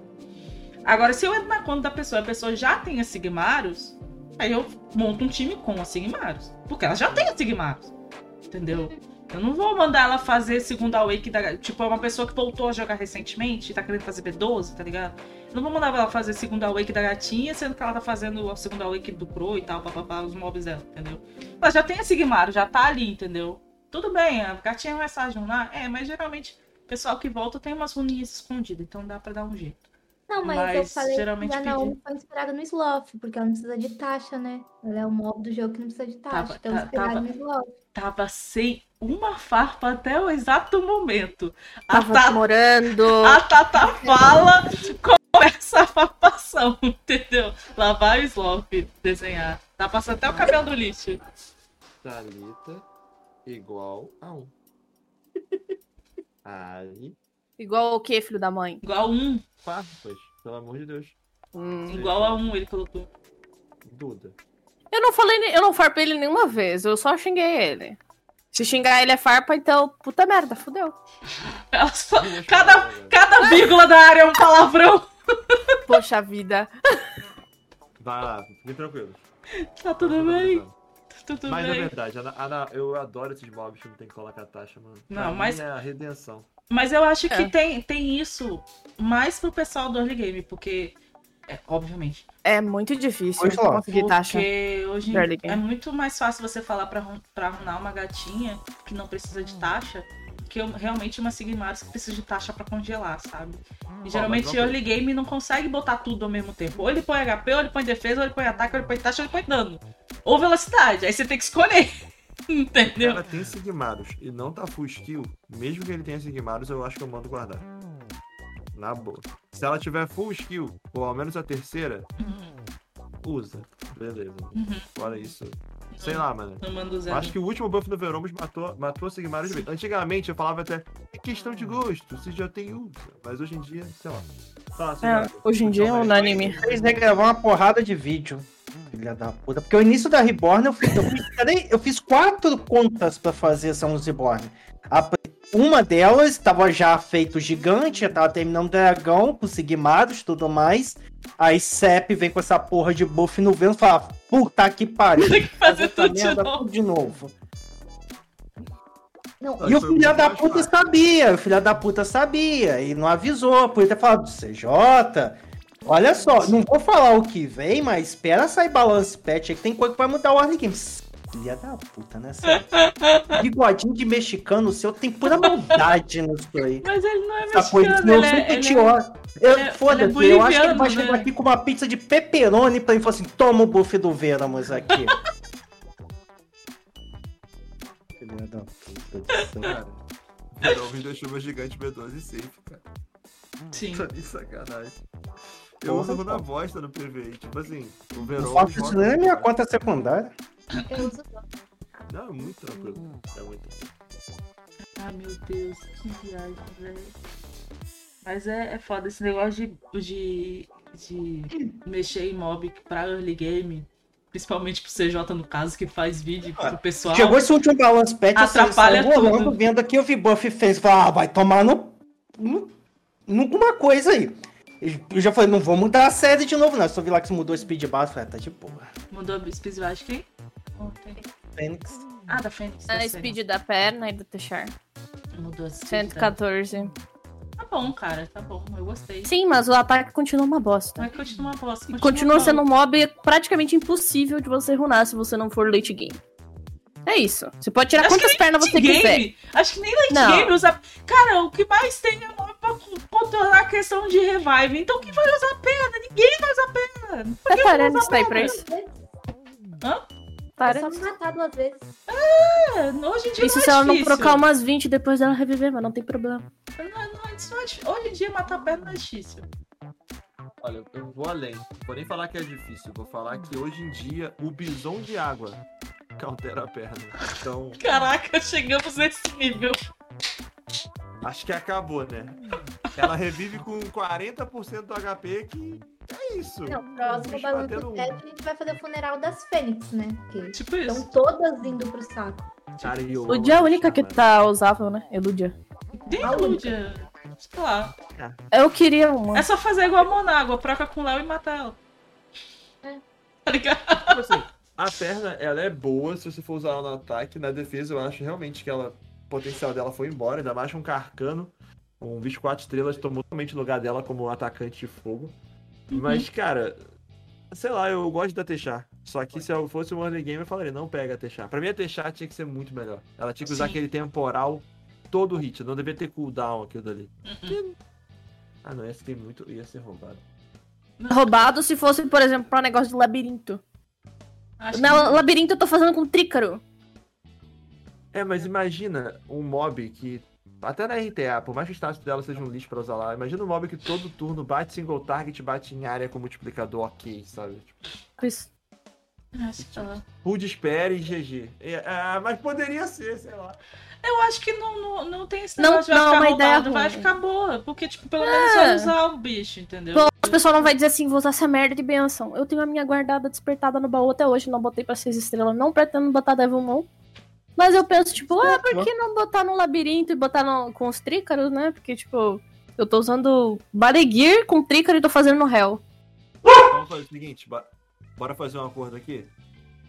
[SPEAKER 1] Agora, se eu entro na conta da pessoa e a pessoa já tem a Sigmaros, aí eu monto um time com a Sigmaros. Porque ela já tem a Sigmaros. Entendeu? Eu não vou mandar ela fazer segunda wake da. Tipo, é uma pessoa que voltou a jogar recentemente e tá querendo fazer B12, tá ligado? Eu não vou mandar ela fazer segunda wake da gatinha, sendo que ela tá fazendo a segunda wake do Pro e tal, papapá, os mobs dela, entendeu? Ela já tem a Sigmaro, já tá ali, entendeu? Tudo bem, a gatinha vai se ajudar. É, mas geralmente o pessoal que volta tem umas runinhas escondidas, então dá pra dar um jeito.
[SPEAKER 2] Não, mas, eu
[SPEAKER 1] Mas
[SPEAKER 2] falei
[SPEAKER 1] geralmente
[SPEAKER 2] que a Naomi
[SPEAKER 1] pedi.
[SPEAKER 2] foi inspirada no Sloth, porque ela não precisa de taxa, né? Ela é o mob do jogo que não precisa de taxa.
[SPEAKER 1] Tava-
[SPEAKER 2] então,
[SPEAKER 1] tá-
[SPEAKER 2] inspirada
[SPEAKER 1] tava-
[SPEAKER 2] no Sloth.
[SPEAKER 1] Tava sem uma farpa até o exato momento. A,
[SPEAKER 6] Tava
[SPEAKER 1] Tata,
[SPEAKER 6] demorando.
[SPEAKER 1] tá. a Tata fala, começa a farpação, entendeu? Lá vai o Slop desenhar. Tá passando até o cabelo do lixo.
[SPEAKER 4] Thalita igual a um. Ari,
[SPEAKER 6] Igual o que, filho da mãe?
[SPEAKER 1] Igual a um,
[SPEAKER 4] farpas, pelo amor de Deus.
[SPEAKER 6] Hum.
[SPEAKER 1] igual a um, ele colocou.
[SPEAKER 4] Duda.
[SPEAKER 6] Eu não falei, ne- eu não farpei ele nenhuma vez, eu só xinguei ele. Se xingar ele é farpa, então puta merda, fudeu.
[SPEAKER 1] Elas falam-
[SPEAKER 4] Duas
[SPEAKER 1] Cada- um
[SPEAKER 4] palavras.
[SPEAKER 1] Cada vírgula da área é um palavrão.
[SPEAKER 6] Poxa vida.
[SPEAKER 4] Vai lá, fiquem tranquilos.
[SPEAKER 1] Tá tudo bem, tudo
[SPEAKER 4] Mas é
[SPEAKER 1] bem.
[SPEAKER 4] verdade, Ana- Ana, eu adoro esses mobs que não tem que colocar taxa, mano.
[SPEAKER 1] Não,
[SPEAKER 4] Pra
[SPEAKER 1] mas-
[SPEAKER 4] mim É a redenção.
[SPEAKER 1] Mas eu acho
[SPEAKER 6] É.
[SPEAKER 1] que tem, tem isso mais pro pessoal do early game, porque. É, obviamente.
[SPEAKER 6] É muito difícil
[SPEAKER 3] Pode falar.
[SPEAKER 6] conseguir taxa.
[SPEAKER 1] Porque hoje
[SPEAKER 6] tá Do early
[SPEAKER 1] é
[SPEAKER 6] game.
[SPEAKER 1] muito mais fácil você falar pra, run- pra runar uma gatinha que não precisa de taxa que eu- realmente uma Sigmaris que precisa de taxa pra congelar, sabe? E geralmente o early game não consegue botar tudo ao mesmo tempo. Ou ele põe HP, ou ele põe defesa, ou ele põe ataque, ou ele põe taxa, ou ele põe dano. Ou velocidade. Aí você tem que escolher.
[SPEAKER 4] O
[SPEAKER 1] Entendeu?
[SPEAKER 4] cara tem Sigmaros e não tá full skill, mesmo que ele tenha Sigmaros, eu acho que eu mando guardar. Na boa. Se ela tiver full skill, ou ao menos a terceira, usa. Beleza.
[SPEAKER 1] Uhum.
[SPEAKER 4] Fora isso. Sei lá, mano.
[SPEAKER 1] Não manda o
[SPEAKER 4] Eu
[SPEAKER 1] zero.
[SPEAKER 4] acho que o último buff do Veromos matou, matou Sigmaros de vez. Antigamente eu falava até, é questão de gosto, se já tem usa. Mas hoje em dia, sei lá. Fala, Sigmaros.
[SPEAKER 6] hoje em dia é
[SPEAKER 4] Então,
[SPEAKER 6] unânime.
[SPEAKER 3] Eles devem né, gravar uma porrada de vídeo. Filha da puta. Porque o início da Reborn eu fiz. Eu fiz, cadê? Eu fiz quatro contas pra fazer essa uns Reborn. A pri- uma delas tava já feito gigante, já tava terminando o dragão, com Sigmaros e tudo mais. Aí Sep vem com essa porra de buff no vento e fala: puta que pariu.
[SPEAKER 1] Tem que fazer
[SPEAKER 3] essa
[SPEAKER 1] tudo de
[SPEAKER 3] merda
[SPEAKER 1] novo.
[SPEAKER 3] tudo de novo.
[SPEAKER 2] Não,
[SPEAKER 4] Ah,
[SPEAKER 3] E o
[SPEAKER 4] isso é
[SPEAKER 3] filho
[SPEAKER 4] muito
[SPEAKER 3] da
[SPEAKER 4] mais
[SPEAKER 3] puta
[SPEAKER 4] fácil.
[SPEAKER 3] sabia, o filho da puta sabia, e não avisou, por tá ter falado CJ. Olha só, não vou falar o que vem, mas espera sair balance patch aí que tem coisa que vai mudar o early game. Filha da puta, né? Sérgio? Bigodinho de mexicano seu tem pura maldade nisso aí.
[SPEAKER 1] Mas ele não é
[SPEAKER 3] Essa coisa,
[SPEAKER 1] mexicano,
[SPEAKER 3] meu,
[SPEAKER 1] ele
[SPEAKER 3] eu sou
[SPEAKER 1] é, ele é,
[SPEAKER 3] idiota. Eu,
[SPEAKER 1] ele é-
[SPEAKER 3] foda-se,
[SPEAKER 1] ele é
[SPEAKER 3] eu acho que ele vai
[SPEAKER 1] boliviano,
[SPEAKER 3] chegar
[SPEAKER 1] né?
[SPEAKER 3] aqui com uma pizza de pepperoni pra mim e falar assim: toma o buff do Veramos aqui. Filha da puta do céu.
[SPEAKER 4] Cara, virou um da chuva gigante B12 safe, cara.
[SPEAKER 1] sim.
[SPEAKER 4] Tá de sacanagem. Eu
[SPEAKER 3] Porra,
[SPEAKER 4] uso quando a
[SPEAKER 3] cara.
[SPEAKER 4] voz tá no PV. Tipo assim, o
[SPEAKER 3] Não
[SPEAKER 4] verão.
[SPEAKER 3] faço isso
[SPEAKER 4] joga-
[SPEAKER 3] nem na minha conta secundária.
[SPEAKER 2] Eu uso
[SPEAKER 4] Não, é muito tranquilo. É muito tranquilo.
[SPEAKER 1] Ah, meu Deus, que viagem, velho. Mas é, é foda esse negócio de, de, de mexer em mob pra early game, principalmente pro CJ no caso, que faz vídeo
[SPEAKER 3] Ah,
[SPEAKER 1] pro pessoal.
[SPEAKER 3] Chegou esse último balance pet,
[SPEAKER 1] Atrapalha
[SPEAKER 3] eu saí rolando,
[SPEAKER 1] tudo.
[SPEAKER 3] vendo aqui, eu vi buff fez, falei, ah, vai tomar no, no, em alguma coisa aí. Eu já falei, não vou mudar a série de novo, não. Eu só vi lá que mudou o speed base, falei, ah, tá de boa.
[SPEAKER 1] Mandou a Speed Bash quem? Ontem.
[SPEAKER 3] Fênix.
[SPEAKER 1] Ah, da Fênix. da
[SPEAKER 6] A
[SPEAKER 1] série.
[SPEAKER 6] speed da perna e do Teixar.
[SPEAKER 1] Mudou a speed.
[SPEAKER 6] 114.
[SPEAKER 1] Tá bom, cara, tá bom, eu gostei.
[SPEAKER 6] Sim, mas o ataque continua uma bosta.
[SPEAKER 1] Mas continua a bosta.
[SPEAKER 6] E continua
[SPEAKER 1] bom.
[SPEAKER 6] sendo um mob praticamente impossível de você runar se você não for late game. É isso. Você pode tirar
[SPEAKER 1] Acho
[SPEAKER 6] quantas pernas
[SPEAKER 1] Late
[SPEAKER 6] você quiser.
[SPEAKER 1] game? Acho que nem late
[SPEAKER 6] Não.
[SPEAKER 1] game usa. Cara, o que mais tem é mob pra controlar a questão de revive. Então quem vai usar perna? Ninguém vai usar perna.
[SPEAKER 6] Tá parando isso daí pra
[SPEAKER 2] duas
[SPEAKER 6] isso.
[SPEAKER 2] vezes. É
[SPEAKER 6] Para.
[SPEAKER 2] só me matar duas vezes.
[SPEAKER 1] É, Hoje em dia
[SPEAKER 6] Isso
[SPEAKER 1] não é
[SPEAKER 6] se ela não
[SPEAKER 1] difícil.
[SPEAKER 6] trocar umas 20 e depois dela reviver, mas não tem problema.
[SPEAKER 1] Não, não, isso não é difícil. Hoje em dia matar perna não é difícil.
[SPEAKER 4] Olha, eu vou além. Vou nem falar que é difícil. Vou falar que hoje em dia o bison de água cautera a perna. Então,
[SPEAKER 1] Caraca, chegamos nesse nível.
[SPEAKER 4] acho que acabou, né? Ela revive com 40% do HP, que é isso.
[SPEAKER 2] Não, próximo
[SPEAKER 4] Bicho
[SPEAKER 2] balanço
[SPEAKER 4] batendo
[SPEAKER 2] do
[SPEAKER 4] um.
[SPEAKER 2] pet, a gente vai fazer o funeral das fênix, né? Que
[SPEAKER 1] Tipo isso.
[SPEAKER 2] estão todas indo pro saco.
[SPEAKER 4] Cara, e eu
[SPEAKER 6] O
[SPEAKER 4] amo
[SPEAKER 6] dia é a
[SPEAKER 4] essa
[SPEAKER 6] única que
[SPEAKER 4] história.
[SPEAKER 6] tá usável, né? Eludia.
[SPEAKER 1] Tem
[SPEAKER 2] a única.
[SPEAKER 1] Lúdia. um Sei lá.
[SPEAKER 6] Eu queria uma.
[SPEAKER 1] É só fazer igual a Monágua, troca com o Léo e mata ela.
[SPEAKER 2] É.
[SPEAKER 1] Tá ligado?
[SPEAKER 4] Tipo assim, a perna, ela é boa se você for usar ela no ataque. Na defesa, eu acho realmente que ela, o potencial dela foi embora. Ainda mais com um carcano. Um bicho 4 estrelas tomou totalmente o lugar dela como um atacante de fogo. Mas, cara, sei lá, eu gosto da Teixar. Só que se eu fosse um early game, eu falaria, não pega a Teixar. Pra mim, a Teixar tinha que ser muito melhor. Ela tinha que usar
[SPEAKER 1] Sim.
[SPEAKER 4] aquele temporal todo o hit. Não devia ter cooldown aquilo dali. Ah, não, ia ser muito... ia ser roubado.
[SPEAKER 6] Roubado se fosse, por exemplo, pra um negócio de labirinto.
[SPEAKER 1] Acho
[SPEAKER 6] Na
[SPEAKER 1] que-
[SPEAKER 6] labirinto eu tô fazendo com trícaro.
[SPEAKER 4] É, mas imagina um mob que. Até na RTA, por mais que o status dela seja um lixo pra usar lá, imagina um mob que todo turno bate single target, bate em área com multiplicador ok, sabe? Tipo,
[SPEAKER 6] Isso.
[SPEAKER 1] acho que tá.
[SPEAKER 4] Rude espera e GG. É, ah, mas poderia ser, sei lá.
[SPEAKER 1] Eu acho que não, não, não tem esse
[SPEAKER 6] Não-
[SPEAKER 1] negócio de
[SPEAKER 6] não,
[SPEAKER 1] vai
[SPEAKER 6] é uma
[SPEAKER 1] ficar
[SPEAKER 6] ideia
[SPEAKER 1] roubado, vai
[SPEAKER 6] ruim. É.
[SPEAKER 1] ficar boa. Porque, tipo, pelo menos vai usar o bicho, entendeu?
[SPEAKER 6] Pô, o pessoal não vai dizer assim, vou usar essa merda de benção. Eu tenho a minha guardada despertada no baú até hoje, não botei pra seis estrelas, não pretendo botar Devil Moon. Mas eu penso, tipo, ah, por que não botar no labirinto e botar no- com os trícaros, né? Porque, tipo, eu tô usando Baregear com trícaro e tô fazendo no Hell.
[SPEAKER 4] Então, Vamos fazer o seguinte, ba- bora fazer um acordo aqui?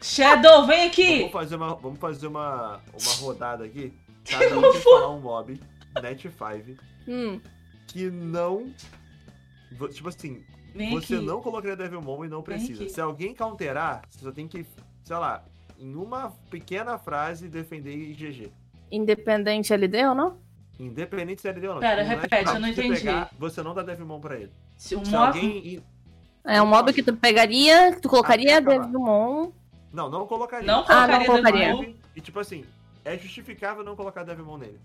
[SPEAKER 1] Shadow, vem
[SPEAKER 4] Vamos
[SPEAKER 1] aqui!
[SPEAKER 4] fazer uma, vamos fazer uma, uma rodada aqui. Cada um tem que falar um mob, net 5,
[SPEAKER 6] Hum,
[SPEAKER 4] que não. Tipo assim,
[SPEAKER 1] Vem
[SPEAKER 4] Você
[SPEAKER 1] aqui.
[SPEAKER 4] não colocaria Devilmon e não
[SPEAKER 1] Tem
[SPEAKER 4] precisa.
[SPEAKER 1] que-
[SPEAKER 4] Se alguém counterar, você só tem que, sei lá, em uma pequena frase defender IGG.
[SPEAKER 6] independente LD ou não?
[SPEAKER 4] Independente se ele deu ou não.
[SPEAKER 1] Pera,
[SPEAKER 4] Tipo,
[SPEAKER 1] repete,
[SPEAKER 4] é
[SPEAKER 1] eu não
[SPEAKER 4] você
[SPEAKER 1] entendi.
[SPEAKER 4] pegar, você não dá Devilmon pra ele.
[SPEAKER 1] Se o
[SPEAKER 4] Se
[SPEAKER 1] Mob-
[SPEAKER 4] alguém. in-
[SPEAKER 6] É um mob que tu pegaria, que tu colocaria
[SPEAKER 4] Até acabar.
[SPEAKER 6] Devil Moon.
[SPEAKER 4] Não, não colocaria.
[SPEAKER 1] Não
[SPEAKER 6] Ah, não
[SPEAKER 1] colocaria
[SPEAKER 6] colocaria.
[SPEAKER 1] Devilmon.
[SPEAKER 4] E tipo assim, é justificável não colocar Devilmon nele.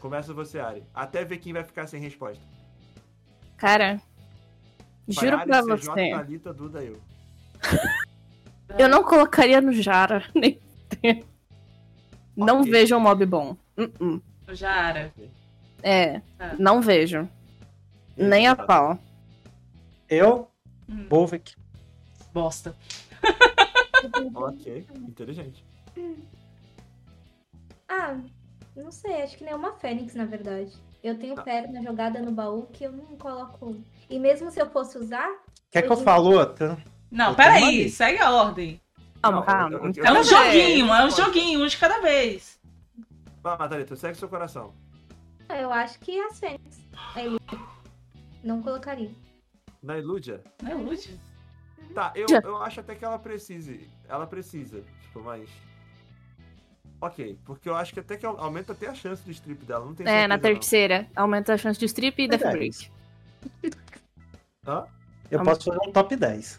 [SPEAKER 4] Começa você, Ari. Até ver quem vai ficar sem resposta.
[SPEAKER 6] Cara,
[SPEAKER 4] Vai,
[SPEAKER 6] juro
[SPEAKER 4] Ari,
[SPEAKER 6] pra
[SPEAKER 4] CJ,
[SPEAKER 6] você.
[SPEAKER 4] Thalita, Duda, eu.
[SPEAKER 6] Eu não colocaria no Jara, nem fudendo. Não
[SPEAKER 4] Ok.
[SPEAKER 6] vejo um mob bom. Uh-uh.
[SPEAKER 1] Jara.
[SPEAKER 6] É,
[SPEAKER 1] Tá.
[SPEAKER 6] não vejo. Nem a
[SPEAKER 4] Exato.
[SPEAKER 6] pau.
[SPEAKER 3] Eu,
[SPEAKER 1] Hum.
[SPEAKER 3] Bolvik.
[SPEAKER 1] Bosta.
[SPEAKER 4] Ok, inteligente.
[SPEAKER 2] Ah, não sei, acho que nenhuma fênix, na verdade. Eu tenho perna jogada no baú que eu não coloco. um. E mesmo se eu fosse usar,
[SPEAKER 3] Quer que eu fale outra?
[SPEAKER 1] Não,
[SPEAKER 3] Eu tenho
[SPEAKER 1] peraí,
[SPEAKER 3] mania.
[SPEAKER 1] segue a ordem.
[SPEAKER 4] Não,
[SPEAKER 6] Calma,
[SPEAKER 4] eu-
[SPEAKER 6] calma.
[SPEAKER 4] eu-
[SPEAKER 1] É
[SPEAKER 4] eu-
[SPEAKER 1] um
[SPEAKER 6] Então,
[SPEAKER 4] sei.
[SPEAKER 1] joguinho, é um joguinho, um de cada vez.
[SPEAKER 4] Vai, Matalita, segue seu coração.
[SPEAKER 2] eu acho que é as fênix. A Elite. Não colocaria.
[SPEAKER 4] Na Ilúdia,
[SPEAKER 1] Não é Lúdia?
[SPEAKER 4] Tá, eu,
[SPEAKER 6] Já.
[SPEAKER 4] eu acho até que ela precise. Ela precisa, tipo, mas. Ok, porque eu acho que até que aumenta até a chance de strip dela. Não tem
[SPEAKER 6] É, na
[SPEAKER 4] certeza, não.
[SPEAKER 6] terceira. Aumenta a chance de strip e death
[SPEAKER 3] Verdade.
[SPEAKER 6] break.
[SPEAKER 3] Eu posso fazer um top 10.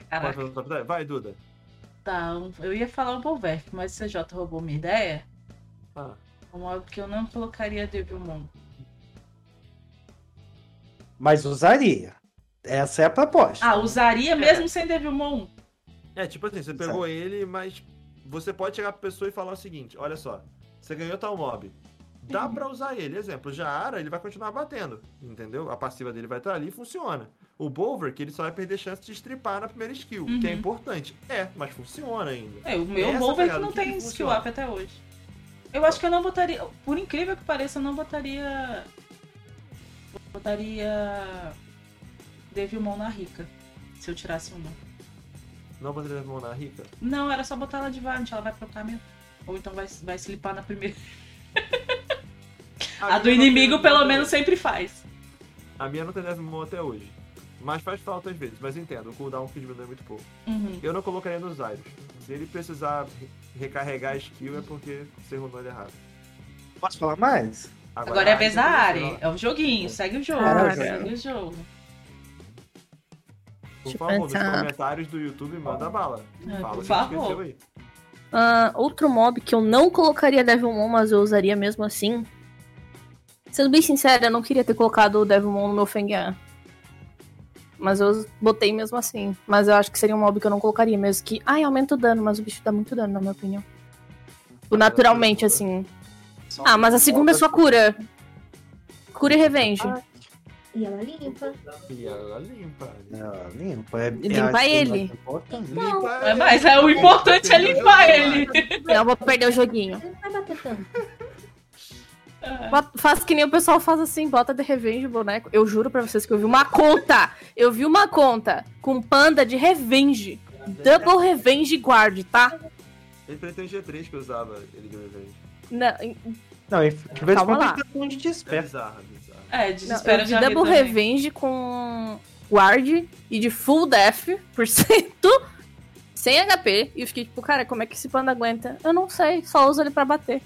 [SPEAKER 4] Pode
[SPEAKER 1] Caraca.
[SPEAKER 4] fazer um top 10? Vai, Duda.
[SPEAKER 1] Tá, eu ia falar o Bolverk, mas o CJ roubou minha ideia.
[SPEAKER 4] Ah,
[SPEAKER 1] Um algo que eu não colocaria Devilmon.
[SPEAKER 3] Mas usaria. Essa é a proposta.
[SPEAKER 1] Ah, usaria mesmo sem Devilmon?
[SPEAKER 4] É, tipo assim, você pegou ele, mas você pode chegar pra pessoa e falar o seguinte: olha só, você ganhou tal mob. Dá
[SPEAKER 6] Uhum.
[SPEAKER 4] pra usar ele. Exemplo, Jaara, ele vai continuar batendo. Entendeu? A passiva dele vai estar ali e funciona. O Bolver, que ele só vai perder chance de stripar na primeira skill, que é
[SPEAKER 1] Uhum.
[SPEAKER 4] importante. É, mas funciona ainda.
[SPEAKER 1] É, o meu
[SPEAKER 4] Essa,
[SPEAKER 1] Bolverk
[SPEAKER 4] cara,
[SPEAKER 1] não
[SPEAKER 4] o que que
[SPEAKER 1] tem skill
[SPEAKER 4] funciona?
[SPEAKER 1] up até hoje. Eu acho que eu não botaria. Por incrível que pareça, eu não botaria. Botaria. Devilmon na rica. Se eu tirasse uma.
[SPEAKER 4] Não pode levar mão na rica.
[SPEAKER 1] Não, era só botar ela de Varant, ela vai pro caminho. Ou então vai, vai se limpar na primeira. A do
[SPEAKER 4] minha não tem
[SPEAKER 1] inimigo,
[SPEAKER 4] Devil
[SPEAKER 1] pelo
[SPEAKER 4] Moon
[SPEAKER 1] menos, sempre faz.
[SPEAKER 4] até- A minha não tem Devimon até hoje. Mas faz falta às vezes, mas entendo, o cooldown que diminui é muito pouco.
[SPEAKER 1] Uhum.
[SPEAKER 4] Eu não colocaria nos Zyros. Se ele precisar re- recarregar a skill é porque você rodou ele errado.
[SPEAKER 3] Posso falar mais?
[SPEAKER 1] Agora é a vez da
[SPEAKER 4] área.
[SPEAKER 1] área. É o joguinho, segue o jogo.
[SPEAKER 6] Caraca.
[SPEAKER 1] segue o jogo.
[SPEAKER 4] Por
[SPEAKER 6] Deixa eu
[SPEAKER 4] favor, nos
[SPEAKER 6] pensar.
[SPEAKER 4] comentários do YouTube, manda bala.
[SPEAKER 1] É,
[SPEAKER 4] Fala
[SPEAKER 1] por
[SPEAKER 4] o que
[SPEAKER 1] favor.
[SPEAKER 4] esqueceu aí.
[SPEAKER 6] Ah, outro mob que eu não colocaria Devilmon, mas eu usaria mesmo assim. Sendo bem sincera, eu não queria ter colocado o Devilmon no meu Fengyang. Mas eu botei mesmo assim. Mas eu acho que seria um mob que eu não colocaria, mesmo que. Ai, aumenta o dano, mas o bicho dá muito dano, na minha opinião. Tipo, naturalmente, assim. Ah, mas a segunda é sua cura. Cura e revenge.
[SPEAKER 2] E ela limpa.
[SPEAKER 4] E ela limpa.
[SPEAKER 3] Não, limpa. É,
[SPEAKER 6] Limpar
[SPEAKER 3] é-
[SPEAKER 6] ele.
[SPEAKER 3] importante.
[SPEAKER 4] Limpa
[SPEAKER 1] É, mas é, o importante é limpar ele.
[SPEAKER 6] Eu vou perder o joguinho.
[SPEAKER 2] Ele não vai bater tanto.
[SPEAKER 6] Bota- Faz que nem o pessoal faz assim, bota de revenge o boneco. Eu juro pra vocês que eu vi uma conta. Eu vi uma conta com panda de revenge. Double revenge guard, tá?
[SPEAKER 4] Ele pretende G3 que eu usava ele de revenge.
[SPEAKER 6] Não, em-
[SPEAKER 3] Não, e de vez em
[SPEAKER 6] Calma
[SPEAKER 3] quando
[SPEAKER 6] lá.
[SPEAKER 3] tem cartão um de
[SPEAKER 4] É
[SPEAKER 3] desperta.
[SPEAKER 4] bizarro, é bizarro.
[SPEAKER 1] É,
[SPEAKER 6] não
[SPEAKER 1] desespero
[SPEAKER 6] eu
[SPEAKER 1] já
[SPEAKER 6] vi
[SPEAKER 1] vi
[SPEAKER 6] double
[SPEAKER 1] também.
[SPEAKER 6] revenge com guard e de full death por cento. Sem HP, e eu fiquei tipo, cara, como é que esse panda aguenta? Eu não sei, só uso ele pra bater.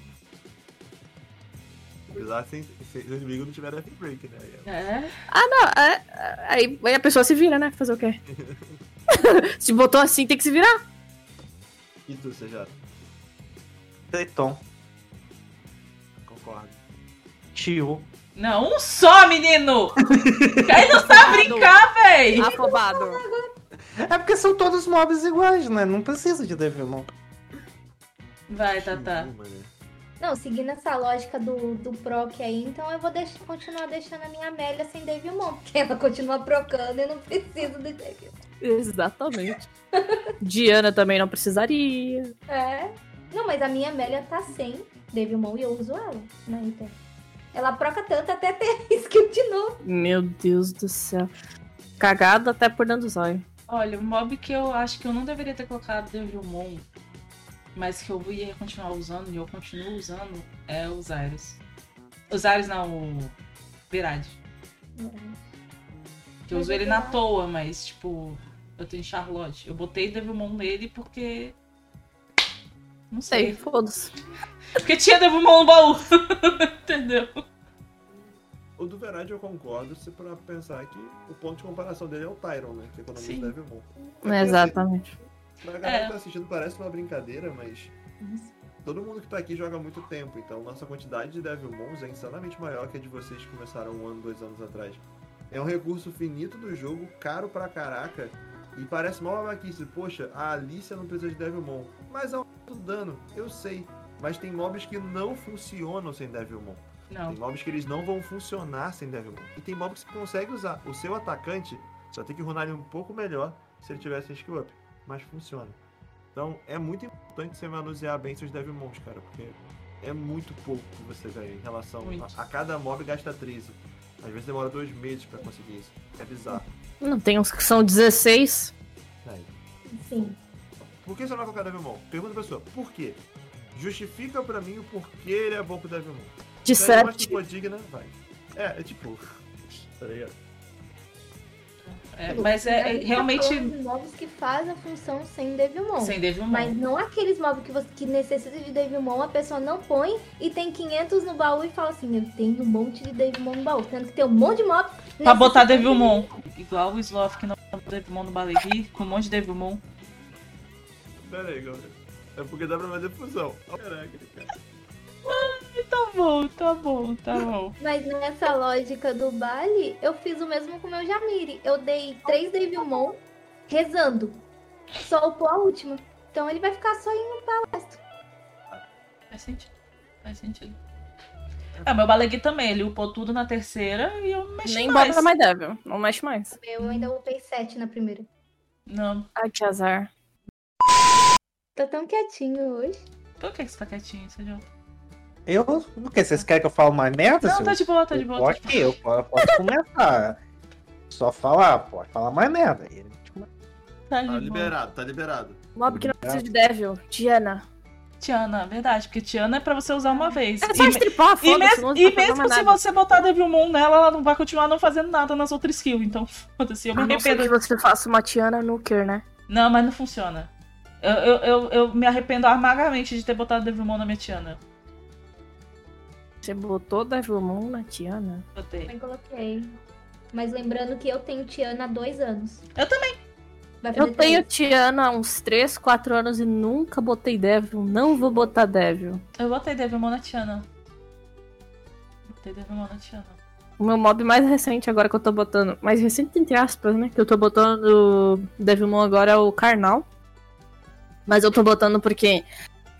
[SPEAKER 4] Bizarro sem, sem o inimigo não tiver Death Break, né? É.
[SPEAKER 1] É,
[SPEAKER 6] Ah, não, é- é- aí, aí a pessoa se vira, né? Fazer o quê? se botou assim, tem que se virar.
[SPEAKER 4] E tu, CJ?
[SPEAKER 3] Cleiton,
[SPEAKER 4] Concordo.
[SPEAKER 3] tio.
[SPEAKER 1] Não, um só, menino! Aí não sabe brincar, véi!
[SPEAKER 6] Afobado.
[SPEAKER 3] É porque são todos mobs iguais, né? Não precisa de Devilmon.
[SPEAKER 1] Vai, Tata.
[SPEAKER 4] Nenhuma, né?
[SPEAKER 2] Não, seguindo essa lógica do, do proc aí, então eu vou deixar, continuar deixando a minha Amélia sem Devilmon, porque ela continua procando e eu não preciso do Devilmon.
[SPEAKER 6] Exatamente. Diana também não precisaria.
[SPEAKER 2] É. Não, mas a minha Amélia tá sem Devilmon e eu uso ela, né? Então. Ela proca tanto até ter skill de novo.
[SPEAKER 6] Meu Deus do céu. Cagado até por dentro do zóio.
[SPEAKER 1] Olha, o mob que eu acho que eu não deveria ter colocado Devilmon, mas que eu ia continuar usando e eu continuo usando, é os Ares. Os Ares não, o Virade. Que eu uso ele na toa, mas tipo, eu tenho Charlotte. Eu botei Devilmon nele porque. Não
[SPEAKER 6] Sei,
[SPEAKER 1] sei.
[SPEAKER 6] foda-se.
[SPEAKER 1] Porque tinha Devilmon no baú. Entendeu?
[SPEAKER 4] O do Verade eu concordo, se pra pensar que o ponto de comparação dele é o Tyron, né? Que economiza
[SPEAKER 1] Sim.
[SPEAKER 4] Devimon.
[SPEAKER 6] Exatamente.
[SPEAKER 4] assim, Pra galera
[SPEAKER 1] É. Uhum.
[SPEAKER 4] que tá assistindo parece uma brincadeira, mas todo mundo que tá aqui joga há muito tempo, então nossa quantidade de Devilmons é insanamente maior que a de vocês que começaram um ano, dois anos atrás. É um recurso finito do jogo, caro pra caraca, e parece mal babaquice. Poxa, a Alicia não precisa de Devilmon, mas aumenta o dano, eu sei. Mas tem mobs que não funcionam sem Devilmon.
[SPEAKER 1] Não.
[SPEAKER 4] Tem mobs que eles não vão funcionar sem Devilmon. E tem mobs que você consegue usar. O seu atacante só tem que runar ele um pouco melhor se ele tivesse skill up. Mas funciona. Então é muito importante você manusear bem seus Devilmons, cara. Porque é muito pouco que você ganha em relação
[SPEAKER 1] Muito.
[SPEAKER 4] a, a cada mob gasta 13. Às vezes demora dois meses pra conseguir isso. É bizarro.
[SPEAKER 6] Não tem uns que são 16.
[SPEAKER 4] Aí.
[SPEAKER 2] Sim.
[SPEAKER 4] Por que você não vai colocar Devilmon? Pergunta pra pessoa. Por quê? Justifica pra mim o porquê ele é bom pro Devilmon.
[SPEAKER 6] De
[SPEAKER 4] Se ela não acha
[SPEAKER 6] certo.
[SPEAKER 4] que for digna, vai. É, é tipo. Tá ligado?
[SPEAKER 1] É, É, mas é, é
[SPEAKER 2] A gente tá falando
[SPEAKER 1] realmente
[SPEAKER 2] de mobs que fazem a função sem Devilmon.
[SPEAKER 1] sem Devilmon.
[SPEAKER 2] Mas não aqueles mobs que, você, que necessita de Devilmon, a pessoa não põe e tem 500 no baú e fala assim, eu tenho um monte de Devilmon no baú. Sendo que tem um monte de mob...
[SPEAKER 1] Pra botar Devilmon. Igual o Sloth que não botou Devilmon no Balevi, com um monte de Devilmon.
[SPEAKER 4] Pera aí, Gabriel. É porque dá pra fazer fusão. Caraca, cara.
[SPEAKER 1] Tá bom, tá bom, tá bom.
[SPEAKER 2] Mas nessa lógica do baile, eu fiz o mesmo com o meu Jamiri. Eu dei três Devilmon rezando. Só upou a última. Então ele vai ficar só em um palastro.
[SPEAKER 1] Faz sentido. Faz sentido. É, meu Balegui também, ele upou tudo na terceira e eu não mexi
[SPEAKER 6] Nem
[SPEAKER 1] mais.
[SPEAKER 6] bota mais Devil. Não mexe mais.
[SPEAKER 2] Eu ainda upei sete na primeira.
[SPEAKER 1] Não.
[SPEAKER 6] Ai, que azar.
[SPEAKER 2] Tô tão quietinho hoje.
[SPEAKER 1] Por que que você tá quietinho, Sejão?
[SPEAKER 3] Eu. O que? Vocês querem que eu fale mais merda?
[SPEAKER 1] Não,
[SPEAKER 3] seu-
[SPEAKER 1] tá de boa, tá de boa. tá de
[SPEAKER 3] Ok, eu po- posso começar. Só falar, pode falar mais merda. tipo, E a gente começa.
[SPEAKER 1] boa. Tá de
[SPEAKER 4] Tá
[SPEAKER 1] boa.
[SPEAKER 4] liberado, tá liberado.
[SPEAKER 6] Mob que não precisa de Devil. Diana.
[SPEAKER 1] Tiana, verdade, porque Tiana é pra você usar uma vez.
[SPEAKER 6] É só
[SPEAKER 1] E me-
[SPEAKER 6] estripar,
[SPEAKER 1] E,
[SPEAKER 6] foda-se.
[SPEAKER 1] mesmo,
[SPEAKER 6] não
[SPEAKER 1] e
[SPEAKER 6] vai fazer
[SPEAKER 1] mesmo
[SPEAKER 6] mais
[SPEAKER 1] se
[SPEAKER 6] nada.
[SPEAKER 1] você botar Devilmon nela, ela não vai continuar não fazendo nada nas outras skills. Então, foda-se, eu me
[SPEAKER 6] A não ser
[SPEAKER 1] arrependo.
[SPEAKER 6] que você faça uma Tiana Nuker, né?
[SPEAKER 1] Não, mas não funciona. Eu, eu, eu, eu me arrependo amargamente de ter botado Devilmon na minha Tiana.
[SPEAKER 6] Você botou Devilmon na Tiana?
[SPEAKER 1] Botei.
[SPEAKER 2] Mas coloquei. Mas lembrando que eu tenho Tiana há dois anos.
[SPEAKER 1] Eu
[SPEAKER 2] também. Vai fazer
[SPEAKER 6] Eu tenho
[SPEAKER 2] três.
[SPEAKER 6] Tiana há uns 3, 4 anos e nunca botei Devil. Não vou botar Devil.
[SPEAKER 1] Eu botei Devilmon na Tiana. Botei Devilmon na Tiana.
[SPEAKER 6] O meu mob mais recente agora que eu tô botando. Mais recente entre aspas, né? Que eu tô botando Devilmon agora é o Karnal. Mas eu tô botando porque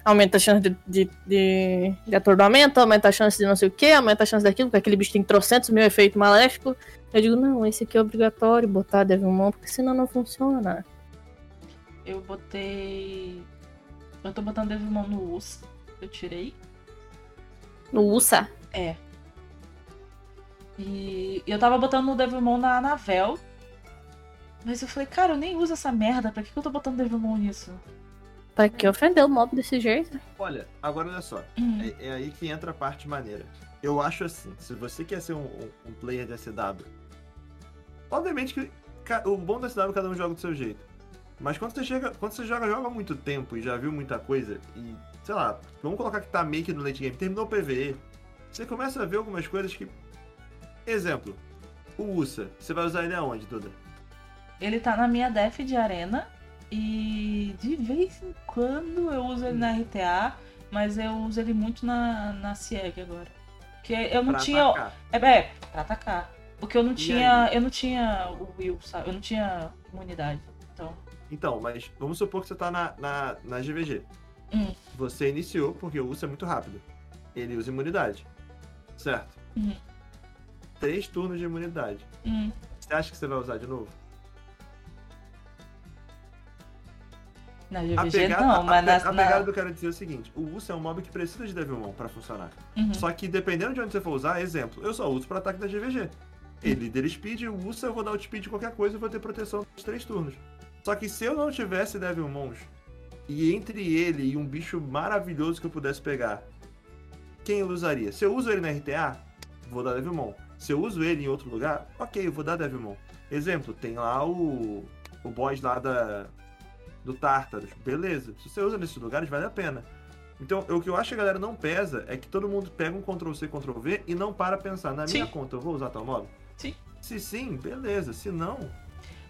[SPEAKER 6] aumenta a chance de, de, de, de atordoamento, aumenta a chance de não sei o que, aumenta a chance daquilo, porque aquele bicho tem trocentos mil efeito maléfico. Eu digo, não, esse aqui é obrigatório botar Devilmon, porque senão não funciona.
[SPEAKER 1] Eu botei. Eu tô botando Devilmon no Us. Eu tirei.
[SPEAKER 6] No Usa.
[SPEAKER 1] É. E e eu tava botando o Devilmon na Anavel. Mas eu falei, cara, eu nem uso essa merda. Pra que, que eu tô botando Devilmon nisso?
[SPEAKER 6] Pra que ofender o mob desse jeito?
[SPEAKER 4] Olha, agora olha só.
[SPEAKER 1] Hum.
[SPEAKER 4] É, é aí que entra a parte maneira. Eu acho assim, se você quer ser um, um- um player de SW, obviamente que ca- o bom da SW cada um joga do seu jeito. Mas quando você chega, quando você joga, joga há muito tempo e já viu muita coisa, e, sei lá, vamos colocar que tá meio que no late game, terminou o PVE, você começa a ver algumas coisas que. Exemplo, o Usa, você vai usar ele aonde, Duda?
[SPEAKER 1] Ele tá na minha def de arena. E de vez em quando eu uso ele
[SPEAKER 4] Hum.
[SPEAKER 1] na RTA. Mas eu uso ele muito na, na CIEG agora. Porque eu não
[SPEAKER 4] Pra
[SPEAKER 1] tinha.
[SPEAKER 4] atacar.
[SPEAKER 1] É, é, pra atacar. Porque eu não
[SPEAKER 4] E
[SPEAKER 1] tinha. Eu não tinha o Will, sabe? Eu não tinha imunidade. Então.
[SPEAKER 4] Então, mas vamos supor que você tá na, na, na GVG.
[SPEAKER 1] Hum.
[SPEAKER 4] Você iniciou porque o urso é muito rápido. Ele usa imunidade. Certo?
[SPEAKER 1] Uhum.
[SPEAKER 4] Três turnos de imunidade.
[SPEAKER 1] Hum.
[SPEAKER 4] Você acha que você vai usar de novo?
[SPEAKER 1] Na
[SPEAKER 4] A
[SPEAKER 1] GVG
[SPEAKER 4] pegada,
[SPEAKER 1] não,
[SPEAKER 4] a-
[SPEAKER 1] mas
[SPEAKER 4] a,
[SPEAKER 1] na.
[SPEAKER 4] a
[SPEAKER 1] na-
[SPEAKER 4] pegada do que eu quero dizer é o seguinte: o urso é um mob que precisa de Devilmon pra funcionar.
[SPEAKER 1] Uhum.
[SPEAKER 4] Só que dependendo de onde você for usar, exemplo, eu só uso pra ataque da GVG. Ele dele speed, o Ursa eu vou dar o speed de qualquer coisa e vou ter proteção nos três turnos. Só que se eu não tivesse Devilmons, e entre ele e um bicho maravilhoso que eu pudesse pegar, quem eu usaria? Se eu uso ele na RTA, vou dar Devilmon. Se eu uso ele em outro lugar, ok, eu vou dar Devilmon. Exemplo, tem lá o. o boss lá da. do Tartarus. Beleza. Se você usa nesses lugares, vale a pena. Então, o que eu acho que a galera não pesa é que todo mundo pega um Ctrl-C, Ctrl-V e não para pensar, na
[SPEAKER 1] Sim.
[SPEAKER 4] minha conta eu vou usar tal mob?
[SPEAKER 1] Sim.
[SPEAKER 4] Se sim, beleza. Se não,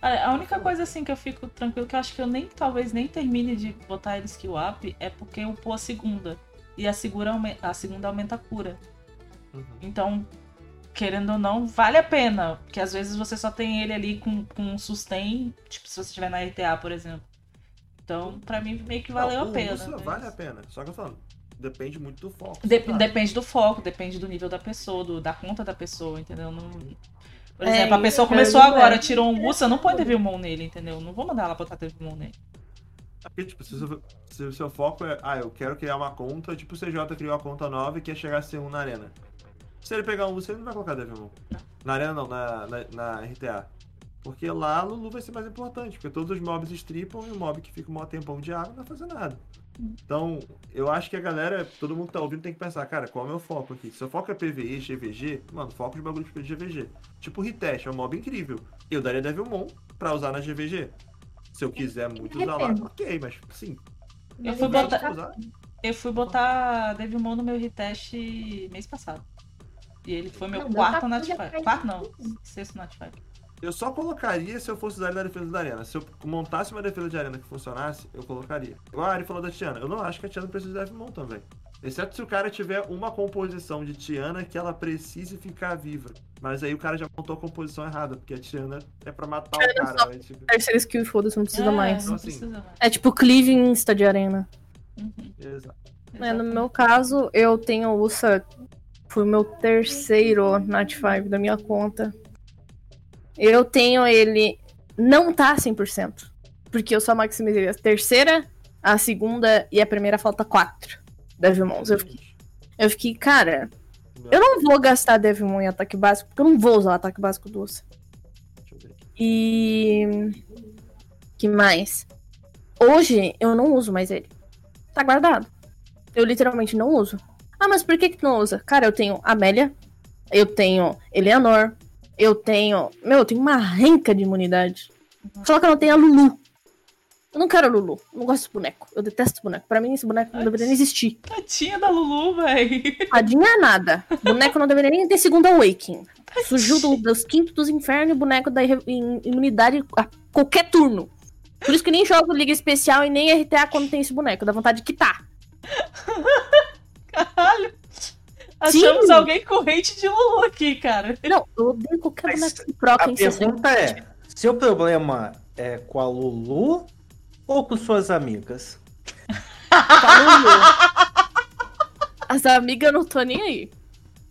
[SPEAKER 1] Olha, a única coisa assim que eu fico tranquilo, que eu acho que eu nem talvez nem termine de botar ele skill up, é porque eu pôr a segunda. E a, segura aume- a segunda aumenta a cura.
[SPEAKER 4] Uhum.
[SPEAKER 1] Então, querendo ou não, vale a pena. Porque às vezes você só tem ele ali com, com um sustain, tipo se você estiver na RTA, por exemplo. Então, pra mim, meio que valeu
[SPEAKER 4] Não,
[SPEAKER 1] a
[SPEAKER 4] o
[SPEAKER 1] pena. né?
[SPEAKER 4] Ursa
[SPEAKER 1] mas-
[SPEAKER 4] vale a pena. Só que eu tô falando, depende muito do foco.
[SPEAKER 1] Dep-
[SPEAKER 4] sabe?
[SPEAKER 1] Depende do foco, depende do nível da pessoa, do- da conta da pessoa, entendeu? Não- Por
[SPEAKER 6] É,
[SPEAKER 1] exemplo, a
[SPEAKER 6] isso
[SPEAKER 1] pessoa
[SPEAKER 6] é
[SPEAKER 1] começou
[SPEAKER 6] verdade.
[SPEAKER 1] agora, tirou um urso, eu não põe Devilmon nele, entendeu? Não vou mandar ela botar Devilmon nele.
[SPEAKER 4] Porque, tipo, se, o- se o seu foco é, ah, eu quero criar uma conta, tipo o CJ criou a conta nova e quer chegar a ser um na arena. Se ele pegar um Lulu, ele não vai colocar Devilmon. Na arena não, na, na, na RTA. Porque lá Lulu vai ser mais importante, porque todos os mobs stripam e o mob que fica um maior tempão de água não vai fazer nada. Então, eu acho que a galera, todo mundo que tá ouvindo tem que pensar, cara, qual é o meu foco aqui? Se eu foco é PVE, GVG, mano, foco de bagulho de GVG. Tipo Ritesh, é um mob incrível. Eu daria Devilmon pra usar na GVG. Se eu quiser muito usar lá,
[SPEAKER 2] Depende.
[SPEAKER 4] ok, mas sim.
[SPEAKER 1] Eu fui
[SPEAKER 4] pra
[SPEAKER 1] botar,
[SPEAKER 4] usar,
[SPEAKER 1] eu fui botar Devilmon no meu retest mês passado. E ele foi meu
[SPEAKER 2] Não,
[SPEAKER 1] quarto
[SPEAKER 2] dá pra
[SPEAKER 1] Notify.
[SPEAKER 2] fazer
[SPEAKER 1] Quarto não, sexto Notify.
[SPEAKER 4] Eu só colocaria se eu fosse usar ele na defesa da arena. Se eu montasse uma defesa de arena que funcionasse, eu colocaria. Igual a Ari falou da Tiana. Eu não acho que a Tiana precisa de Devimon também. Exceto se o cara tiver uma composição de Tiana que ela precise ficar viva. Mas aí o cara já montou a composição errada, porque a Tiana é pra matar o cara. mas, tipo,
[SPEAKER 6] Terceira skill, foda-se, não precisa
[SPEAKER 1] É,
[SPEAKER 6] mais.
[SPEAKER 1] Não
[SPEAKER 4] Então, assim,
[SPEAKER 1] precisa mais.
[SPEAKER 6] É tipo Cleave em Insta de Arena.
[SPEAKER 1] Uhum,
[SPEAKER 4] exato.
[SPEAKER 6] É, no
[SPEAKER 1] exatamente.
[SPEAKER 6] meu caso, eu tenho o Usa. Foi o meu terceiro Night 5 da minha conta. Eu tenho ele. Não tá 100%. Porque eu só maximizei a terceira, a segunda e a primeira falta quatro Devimons. Eu fiquei, eu fiquei, cara, eu não vou gastar Devimon em ataque básico, porque eu não vou usar o ataque básico do Usa.
[SPEAKER 4] Deixa eu ver aqui.
[SPEAKER 6] E. que mais? Hoje eu não uso mais ele. Tá guardado. Eu literalmente não uso. Ah, mas por que que tu não usa? Cara, eu tenho Amélia, eu tenho Eleanor, eu tenho. Meu, eu tenho uma renca de imunidade. Só que eu não tenho a Lulu. Eu não quero a Lulu. Eu não gosto desse boneco. Eu detesto esse boneco. Pra mim, esse boneco não deveria nem existir.
[SPEAKER 1] Tadinha da Lulu, véi.
[SPEAKER 6] Tadinha é nada. Boneco não deveria nem ter segunda Awakening. Surgiu do- dos quintos dos infernos e boneco da irre- im- imunidade a qualquer turno. Por isso que eu nem jogo Liga Especial e nem RTA quando tem esse boneco. Dá vontade de quitar.
[SPEAKER 1] Caralho. Achamos alguém com hate de Lulu aqui, cara.
[SPEAKER 6] Não, eu odeio qualquer
[SPEAKER 3] Mas
[SPEAKER 6] boneco que troca
[SPEAKER 3] A
[SPEAKER 6] em 60.
[SPEAKER 3] pergunta é: seu problema é com a Lulu ou com suas amigas?
[SPEAKER 6] As amigas eu não tô nem aí.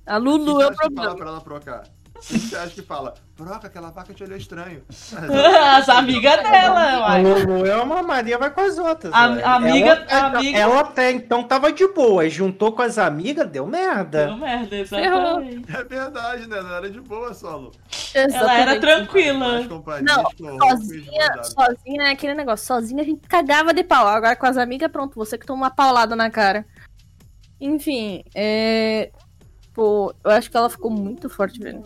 [SPEAKER 6] A
[SPEAKER 4] O
[SPEAKER 6] Lulu
[SPEAKER 4] que
[SPEAKER 6] é
[SPEAKER 4] você acha
[SPEAKER 6] o
[SPEAKER 4] que fala
[SPEAKER 6] problema.
[SPEAKER 4] pra ela procar? O que você acha que fala? Proca, aquela vaca te olhou estranho. É,
[SPEAKER 1] As amigas dela,
[SPEAKER 3] A
[SPEAKER 1] uai.
[SPEAKER 3] Lulu é uma Maria, vai com as outras.
[SPEAKER 1] A-
[SPEAKER 3] velho.
[SPEAKER 1] a amiga-
[SPEAKER 3] Ela, é,
[SPEAKER 1] a amiga-
[SPEAKER 3] ela até então tava de boa, juntou com as amigas, deu merda.
[SPEAKER 1] Deu merda, exatamente.
[SPEAKER 4] É verdade, né? Não era de boa, solo.
[SPEAKER 1] Ela era
[SPEAKER 6] Exatamente.
[SPEAKER 4] As
[SPEAKER 1] tranquila.
[SPEAKER 4] companhias
[SPEAKER 6] Não,
[SPEAKER 4] corrompem os
[SPEAKER 6] Sozinha,
[SPEAKER 4] mandados.
[SPEAKER 6] sozinha é aquele negócio. Sozinha a gente cagava de pau. Agora com as amigas, pronto, você que toma uma paulada na cara. Enfim, é. Pô, eu acho que ela ficou muito forte, velho.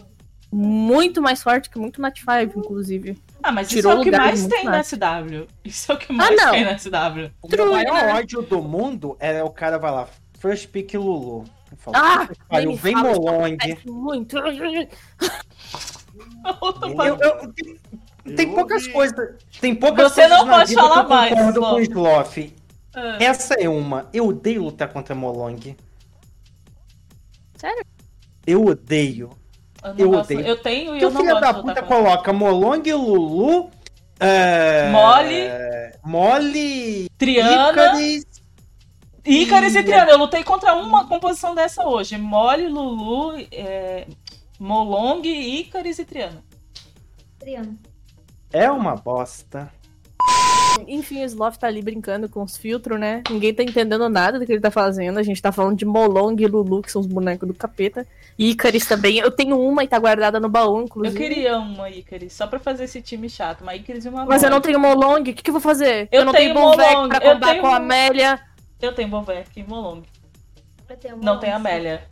[SPEAKER 6] Muito mais forte que muito Nat 5, inclusive.
[SPEAKER 1] Ah, mas
[SPEAKER 6] Tirou
[SPEAKER 1] isso é o que
[SPEAKER 6] lugar de
[SPEAKER 1] mais
[SPEAKER 6] muito
[SPEAKER 1] tem na
[SPEAKER 6] mais.
[SPEAKER 1] SW. Isso é o que mais
[SPEAKER 6] Ah, não.
[SPEAKER 1] tem na SW.
[SPEAKER 3] O
[SPEAKER 6] True,
[SPEAKER 3] meu maior
[SPEAKER 6] né?
[SPEAKER 3] ódio do mundo era o cara vai lá, first pick Lulu. Eu falo,
[SPEAKER 6] Ah,
[SPEAKER 3] "Puta que
[SPEAKER 6] nem
[SPEAKER 3] pariu,
[SPEAKER 6] me
[SPEAKER 3] vem
[SPEAKER 6] fala,
[SPEAKER 1] é
[SPEAKER 3] Molong.
[SPEAKER 6] Ai, É, Muito.
[SPEAKER 1] Outro
[SPEAKER 3] Eu-
[SPEAKER 1] pa-
[SPEAKER 3] eu- tem- tem
[SPEAKER 4] Eu
[SPEAKER 3] poucas
[SPEAKER 4] ouvi.
[SPEAKER 3] coisas. Tem poucas
[SPEAKER 1] Você
[SPEAKER 3] coisas
[SPEAKER 1] não
[SPEAKER 3] na
[SPEAKER 1] pode
[SPEAKER 3] vida
[SPEAKER 1] falar
[SPEAKER 3] que eu concordo
[SPEAKER 1] mais,
[SPEAKER 3] com o Sloth.
[SPEAKER 1] Ah,
[SPEAKER 3] Essa é uma. Eu odeio lutar contra Molong.
[SPEAKER 6] Sério?
[SPEAKER 3] Eu odeio.
[SPEAKER 1] eu,
[SPEAKER 3] eu
[SPEAKER 1] não gosto.
[SPEAKER 3] odeio.
[SPEAKER 1] eu tenho e
[SPEAKER 3] Que
[SPEAKER 1] eu
[SPEAKER 3] o
[SPEAKER 1] não
[SPEAKER 3] filho
[SPEAKER 1] gosto
[SPEAKER 3] da
[SPEAKER 1] de
[SPEAKER 3] puta
[SPEAKER 1] lutar com
[SPEAKER 3] coloca Molong, Lulu, é,
[SPEAKER 1] Mole.
[SPEAKER 3] Mole,
[SPEAKER 1] Triana,
[SPEAKER 3] Icaris,
[SPEAKER 1] Ícaris e
[SPEAKER 3] e-
[SPEAKER 1] Triana. Eu lutei contra uma composição dessa hoje. Mole, Lulu, é... Molong, Ícaris e Triana.
[SPEAKER 2] Triana.
[SPEAKER 3] é uma bosta.
[SPEAKER 6] Enfim, o Sloth tá ali brincando com os filtros, né? Ninguém tá entendendo nada do que ele tá fazendo. A gente tá falando de Molong e Lulu, que são os bonecos do capeta. E Icaris também. Eu tenho uma e tá guardada no baú,
[SPEAKER 1] Eu
[SPEAKER 6] inclusive.
[SPEAKER 1] queria uma Ícaris, só pra fazer esse time chato. Uma Ícaris e uma
[SPEAKER 6] Mas eu não
[SPEAKER 1] Molong.
[SPEAKER 6] tenho Molong, o que, que eu vou fazer?
[SPEAKER 1] Eu
[SPEAKER 6] não
[SPEAKER 1] tenho
[SPEAKER 6] Bonvec
[SPEAKER 1] Molong,
[SPEAKER 6] pra
[SPEAKER 1] eu
[SPEAKER 6] combar
[SPEAKER 1] tenho um
[SPEAKER 6] com a
[SPEAKER 1] Molong.
[SPEAKER 6] Amélia.
[SPEAKER 1] Eu tenho Bovec e Molong.
[SPEAKER 2] Eu tenho
[SPEAKER 1] Não tem
[SPEAKER 2] Molong.
[SPEAKER 1] Amélia.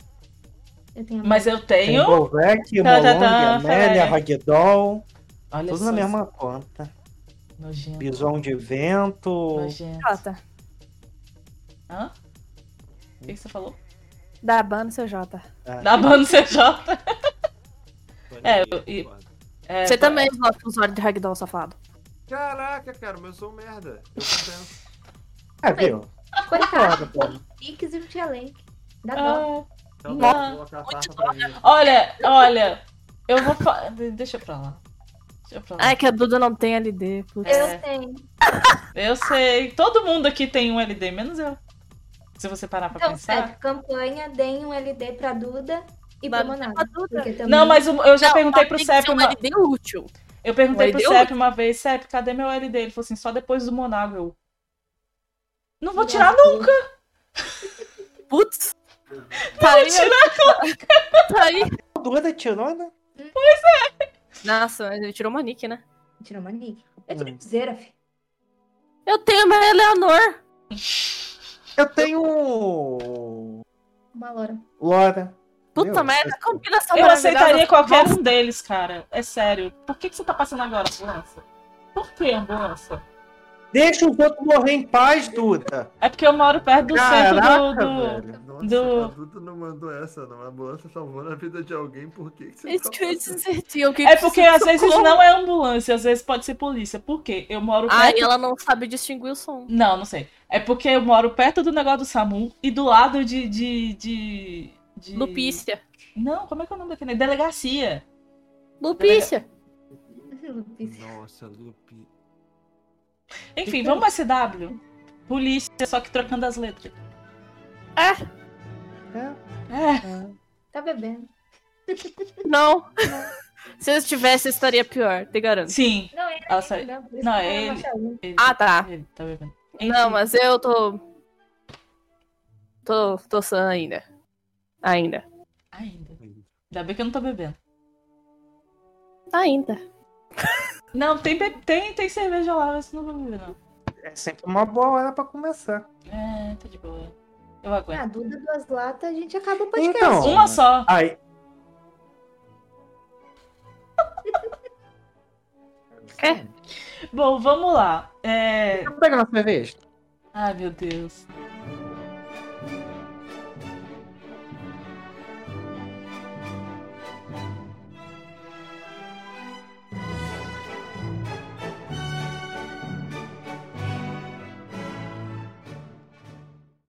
[SPEAKER 2] Eu tenho
[SPEAKER 1] Mas eu tenho. Tá,
[SPEAKER 3] Golvec,
[SPEAKER 1] tá,
[SPEAKER 3] Molong,
[SPEAKER 1] tá,
[SPEAKER 3] Amélia,
[SPEAKER 1] Ferrari.
[SPEAKER 3] Ragdoll,
[SPEAKER 1] Olha
[SPEAKER 3] tudo
[SPEAKER 1] só.
[SPEAKER 3] na mesma conta.
[SPEAKER 1] Nojento.
[SPEAKER 3] Bison de vento.
[SPEAKER 1] Nojento.
[SPEAKER 6] Jota.
[SPEAKER 1] Hã? O que que você falou?
[SPEAKER 6] Dá ban no seu Jota.
[SPEAKER 3] ah,
[SPEAKER 1] Da banda CJ. É, eu- e- É,
[SPEAKER 6] Você
[SPEAKER 1] tá-
[SPEAKER 6] também gosta do usuário de Ragdoll, safado.
[SPEAKER 4] Caraca, cara, mas eu sou um merda. Eu compenso.
[SPEAKER 3] ah, viu?
[SPEAKER 2] Coitado.
[SPEAKER 3] Concordo, pô.
[SPEAKER 2] Pix e o Tialenk. Dá dó.
[SPEAKER 1] Ah,
[SPEAKER 4] Então,
[SPEAKER 1] Nossa,
[SPEAKER 4] vou colocar a farpa pra mim.
[SPEAKER 1] olha, olha. Eu vou. fa- de- Deixa pra lá. Deixa pra lá.
[SPEAKER 6] Ah, é que a Duda não tem LD. putz.
[SPEAKER 1] É.
[SPEAKER 2] Eu tenho.
[SPEAKER 1] Eu sei. Todo mundo aqui tem um LD, menos eu. Se você parar pra
[SPEAKER 2] Então,
[SPEAKER 1] pensar.
[SPEAKER 2] sério, campanha, deem um LD pra Duda e pra
[SPEAKER 6] Mas a
[SPEAKER 2] Monada.
[SPEAKER 6] Duda.
[SPEAKER 2] Porque também-
[SPEAKER 1] Não, mas o- eu já
[SPEAKER 6] Não,
[SPEAKER 1] perguntei
[SPEAKER 6] mas
[SPEAKER 1] pro
[SPEAKER 6] tem que
[SPEAKER 1] CEP
[SPEAKER 6] ser um
[SPEAKER 1] uma,
[SPEAKER 6] LD útil.
[SPEAKER 1] eu perguntei
[SPEAKER 6] um
[SPEAKER 1] pro
[SPEAKER 6] LD
[SPEAKER 1] CEP uma vez, CEP, cadê meu LD? Ele falou assim, só depois do Monago. Eu, Não vou tirar nunca.
[SPEAKER 6] Putz. Tá aí, tá aí.
[SPEAKER 3] Duda tirou, né?
[SPEAKER 6] Nossa, mas ele tirou uma nick,
[SPEAKER 1] É
[SPEAKER 6] né?
[SPEAKER 1] tipo
[SPEAKER 2] É. Tirou uma nick. Eu tirei o Zeraf.
[SPEAKER 1] é
[SPEAKER 6] Eu tenho uma Eleanor.
[SPEAKER 3] Eu tenho.
[SPEAKER 2] Uma loura.
[SPEAKER 3] Lora.
[SPEAKER 6] Puta
[SPEAKER 3] Meu,
[SPEAKER 6] merda,
[SPEAKER 3] essa-
[SPEAKER 6] combinação
[SPEAKER 1] Eu
[SPEAKER 6] maravilhosa.
[SPEAKER 1] aceitaria qualquer
[SPEAKER 6] Nossa,
[SPEAKER 1] um deles, cara. É sério. Por que, que você tá passando agora, ambulância? Por que, ambulância?
[SPEAKER 3] Deixa o outro morrer em paz, Duda.
[SPEAKER 1] É porque eu moro perto do centro
[SPEAKER 3] Caraca,
[SPEAKER 1] do- do,
[SPEAKER 3] velho.
[SPEAKER 4] Nossa,
[SPEAKER 1] Do-
[SPEAKER 4] a Duda não mandou essa, não. A ambulância salvando a vida de alguém, por que, que você
[SPEAKER 6] Isso
[SPEAKER 4] tá
[SPEAKER 6] que eu ia
[SPEAKER 4] fazendo?
[SPEAKER 6] dizer, tio, que
[SPEAKER 1] um. É porque às vezes
[SPEAKER 6] socorro.
[SPEAKER 1] não é ambulância, às vezes pode ser polícia. Por quê? Eu moro
[SPEAKER 6] Ah,
[SPEAKER 1] perto.
[SPEAKER 6] e ela não sabe distinguir o som.
[SPEAKER 1] Não, não sei. É porque eu moro perto do negócio do SAMU e do lado de. de, de, de...
[SPEAKER 6] Lupícia.
[SPEAKER 1] Não, como é que é o nome daquele? Delegacia.
[SPEAKER 6] Lupícia.
[SPEAKER 4] Nossa, Lupe.
[SPEAKER 1] Enfim, vamos pra SW. Polícia, só que trocando as letras.
[SPEAKER 6] É?
[SPEAKER 1] É.
[SPEAKER 2] Tá bebendo.
[SPEAKER 6] Não. Se eu estivesse, eu estaria pior, te garanto.
[SPEAKER 1] Sim.
[SPEAKER 2] Não, é.
[SPEAKER 1] Ela sai.
[SPEAKER 2] Não, por isso
[SPEAKER 1] Não,
[SPEAKER 2] que
[SPEAKER 1] é
[SPEAKER 2] eu um
[SPEAKER 1] ele.
[SPEAKER 2] tava achando.
[SPEAKER 1] Ele,
[SPEAKER 6] Ah, tá.
[SPEAKER 1] ele tá bebendo.
[SPEAKER 6] Não,
[SPEAKER 1] Enfim,
[SPEAKER 6] mas eu tô. Tô, tô sã ainda. Ainda.
[SPEAKER 1] Ainda. Ainda bem que eu não tô bebendo.
[SPEAKER 6] Ainda.
[SPEAKER 1] Não, tem, be- tem, tem cerveja lá, mas não vou beber, não.
[SPEAKER 3] É sempre uma boa hora pra começar.
[SPEAKER 1] É, tá de boa. Eu aguento.
[SPEAKER 2] Ah, Duda, duas latas, a gente acaba o podcast.
[SPEAKER 3] Então.
[SPEAKER 1] Uma só.
[SPEAKER 3] Aí.
[SPEAKER 6] É.
[SPEAKER 1] Bom, vamos lá. É...
[SPEAKER 3] Vou pegar uma cerveja.
[SPEAKER 1] Ai, meu Deus.